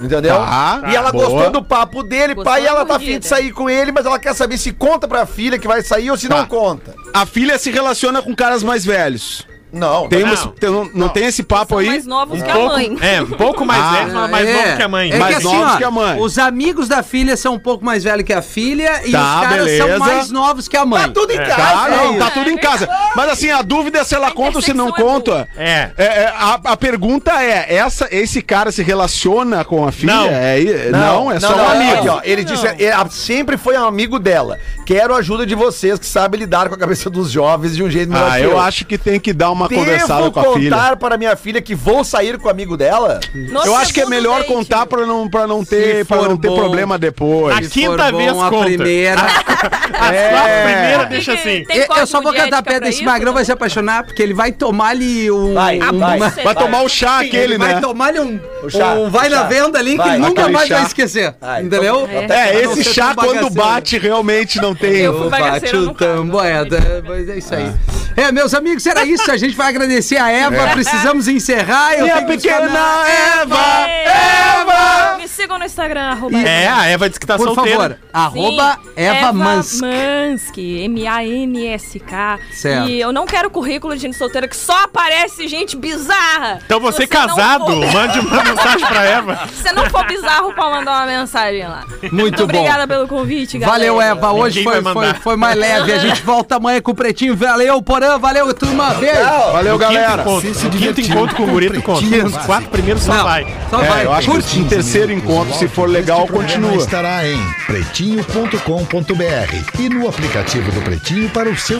[SPEAKER 6] Entendeu?
[SPEAKER 5] Tá,
[SPEAKER 6] e ela
[SPEAKER 5] boa.
[SPEAKER 6] gostou do papo dele,
[SPEAKER 8] Gostou
[SPEAKER 6] pai, e
[SPEAKER 8] da
[SPEAKER 6] ela tá
[SPEAKER 8] mordida.
[SPEAKER 6] afim de sair com ele, mas ela quer saber se conta pra filha que vai sair ou se
[SPEAKER 5] Tá.
[SPEAKER 6] não conta.
[SPEAKER 5] A filha se relaciona com caras mais velhos.
[SPEAKER 6] Não,
[SPEAKER 5] Tem
[SPEAKER 7] Não.
[SPEAKER 5] umas- tem- um- não, não tem esse papo
[SPEAKER 8] São
[SPEAKER 5] aí?
[SPEAKER 8] mais novos que a
[SPEAKER 7] pouco,
[SPEAKER 8] mãe.
[SPEAKER 7] É, um pouco mais
[SPEAKER 5] Ah,
[SPEAKER 7] velho, mas mais
[SPEAKER 4] é.
[SPEAKER 7] novo que a mãe.
[SPEAKER 4] É
[SPEAKER 5] Mais
[SPEAKER 4] que assim,
[SPEAKER 5] novos
[SPEAKER 4] ó,
[SPEAKER 5] que a mãe.
[SPEAKER 4] Os amigos da filha são um pouco mais velhos que a filha e
[SPEAKER 5] Tá,
[SPEAKER 4] os caras
[SPEAKER 5] beleza.
[SPEAKER 4] são mais novos que a mãe.
[SPEAKER 6] Tá tudo em casa.
[SPEAKER 5] Tá,
[SPEAKER 4] é
[SPEAKER 5] não,
[SPEAKER 4] isso.
[SPEAKER 5] tá tudo em casa. Mas assim, a dúvida é se ela conta ou se não
[SPEAKER 8] intersecção é
[SPEAKER 5] conta.
[SPEAKER 7] É.
[SPEAKER 5] É, é, a, a pergunta é: essa, esse cara se relaciona com a filha?
[SPEAKER 7] Não.
[SPEAKER 5] É, é, não, é só um amigo.
[SPEAKER 6] Aqui, ó, ele disse, é, é, sempre foi um amigo dela. Quero a ajuda de vocês que sabem lidar com a cabeça dos jovens de um jeito melhor
[SPEAKER 5] Ah,
[SPEAKER 6] que
[SPEAKER 5] eu acho que tem que dar uma conversada
[SPEAKER 6] Devo
[SPEAKER 5] com a filha.
[SPEAKER 6] contar para minha filha que vou sair com o amigo dela?
[SPEAKER 8] No
[SPEAKER 5] eu acho que é
[SPEAKER 8] segundo
[SPEAKER 5] melhor
[SPEAKER 8] date.
[SPEAKER 5] contar pra não, pra não ter, pra
[SPEAKER 4] for
[SPEAKER 5] não ter
[SPEAKER 4] bom.
[SPEAKER 5] problema depois.
[SPEAKER 7] A
[SPEAKER 4] Se
[SPEAKER 7] quinta
[SPEAKER 4] for bom,
[SPEAKER 7] vez
[SPEAKER 4] a
[SPEAKER 7] conta.
[SPEAKER 4] primeira.
[SPEAKER 7] A
[SPEAKER 5] É.
[SPEAKER 7] primeira
[SPEAKER 8] Tem
[SPEAKER 7] deixa
[SPEAKER 8] que-
[SPEAKER 7] assim.
[SPEAKER 8] Ah, tem
[SPEAKER 4] Eu, eu
[SPEAKER 8] código
[SPEAKER 4] só vou
[SPEAKER 8] de
[SPEAKER 4] cantar
[SPEAKER 8] ética
[SPEAKER 4] pedra,
[SPEAKER 8] pra
[SPEAKER 4] esse
[SPEAKER 8] isso? né?
[SPEAKER 4] magrão vai se apaixonar porque ele vai tomar ali um.
[SPEAKER 6] Vai,
[SPEAKER 4] um-
[SPEAKER 6] vai.
[SPEAKER 4] uma-
[SPEAKER 5] Vai tomar o chá
[SPEAKER 4] Sim,
[SPEAKER 5] aquele,
[SPEAKER 4] ele vai
[SPEAKER 5] né?
[SPEAKER 4] tomar ali um,
[SPEAKER 6] O chá,
[SPEAKER 4] um vai
[SPEAKER 6] o
[SPEAKER 4] na
[SPEAKER 6] chá.
[SPEAKER 4] venda ali que
[SPEAKER 6] Vai.
[SPEAKER 4] ele nunca
[SPEAKER 5] Aquele
[SPEAKER 4] mais
[SPEAKER 5] chá.
[SPEAKER 4] vai esquecer.
[SPEAKER 6] Ah, então-
[SPEAKER 4] entendeu?
[SPEAKER 8] É.
[SPEAKER 5] É,
[SPEAKER 4] Não
[SPEAKER 5] esse
[SPEAKER 4] ser tão
[SPEAKER 5] chá
[SPEAKER 4] bagaceiro.
[SPEAKER 5] quando bate realmente não tem.
[SPEAKER 8] Eu fui
[SPEAKER 4] Bate
[SPEAKER 8] bagaceiro
[SPEAKER 4] o
[SPEAKER 8] no carro.
[SPEAKER 4] tamboeda. Mas é isso aí. É, meus amigos, era isso. A gente vai agradecer a Eva. Precisamos encerrar. Eu
[SPEAKER 5] Minha
[SPEAKER 4] tenho que buscar
[SPEAKER 5] pequena
[SPEAKER 7] é
[SPEAKER 4] na-
[SPEAKER 8] É.
[SPEAKER 5] Eva!
[SPEAKER 8] Eva! Me sigam no Instagram, arroba
[SPEAKER 7] É, a Eva disse que tá
[SPEAKER 4] Por
[SPEAKER 7] solteira.
[SPEAKER 4] favor, arroba
[SPEAKER 8] Sim,
[SPEAKER 4] Eva Mans.
[SPEAKER 8] Mansky, M-A-N-S-K.
[SPEAKER 4] Certo.
[SPEAKER 8] E eu não quero currículo de gente solteira que só aparece gente bizarra.
[SPEAKER 7] Então você
[SPEAKER 8] Se não
[SPEAKER 7] casado,
[SPEAKER 8] for-
[SPEAKER 7] mande uma mensagem pra Eva.
[SPEAKER 8] Se não for bizarro, pode mandar uma mensagem lá.
[SPEAKER 4] Muito bom.
[SPEAKER 8] Obrigada pelo convite, galera.
[SPEAKER 4] Valeu, Eva. Hoje
[SPEAKER 7] Ninguém
[SPEAKER 4] foi,
[SPEAKER 7] vai
[SPEAKER 4] foi,
[SPEAKER 7] mandar.
[SPEAKER 4] foi mais leve. A gente volta amanhã com o Pretinho. Valeu, Porã. Valeu, turma. Beijo.
[SPEAKER 5] Valeu,
[SPEAKER 7] Quinto
[SPEAKER 5] galera.
[SPEAKER 7] encontro. Quinto encontro com o Gurito conta. Os quatro primeiros só
[SPEAKER 4] Não,
[SPEAKER 7] vai.
[SPEAKER 4] Só vai.
[SPEAKER 5] É, eu acho que
[SPEAKER 4] Curte.
[SPEAKER 5] o terceiro encontro, se for legal,
[SPEAKER 9] Este programa
[SPEAKER 5] continua.
[SPEAKER 9] estará em pretinho.com.br e no aplicativo do Pretinho para o seu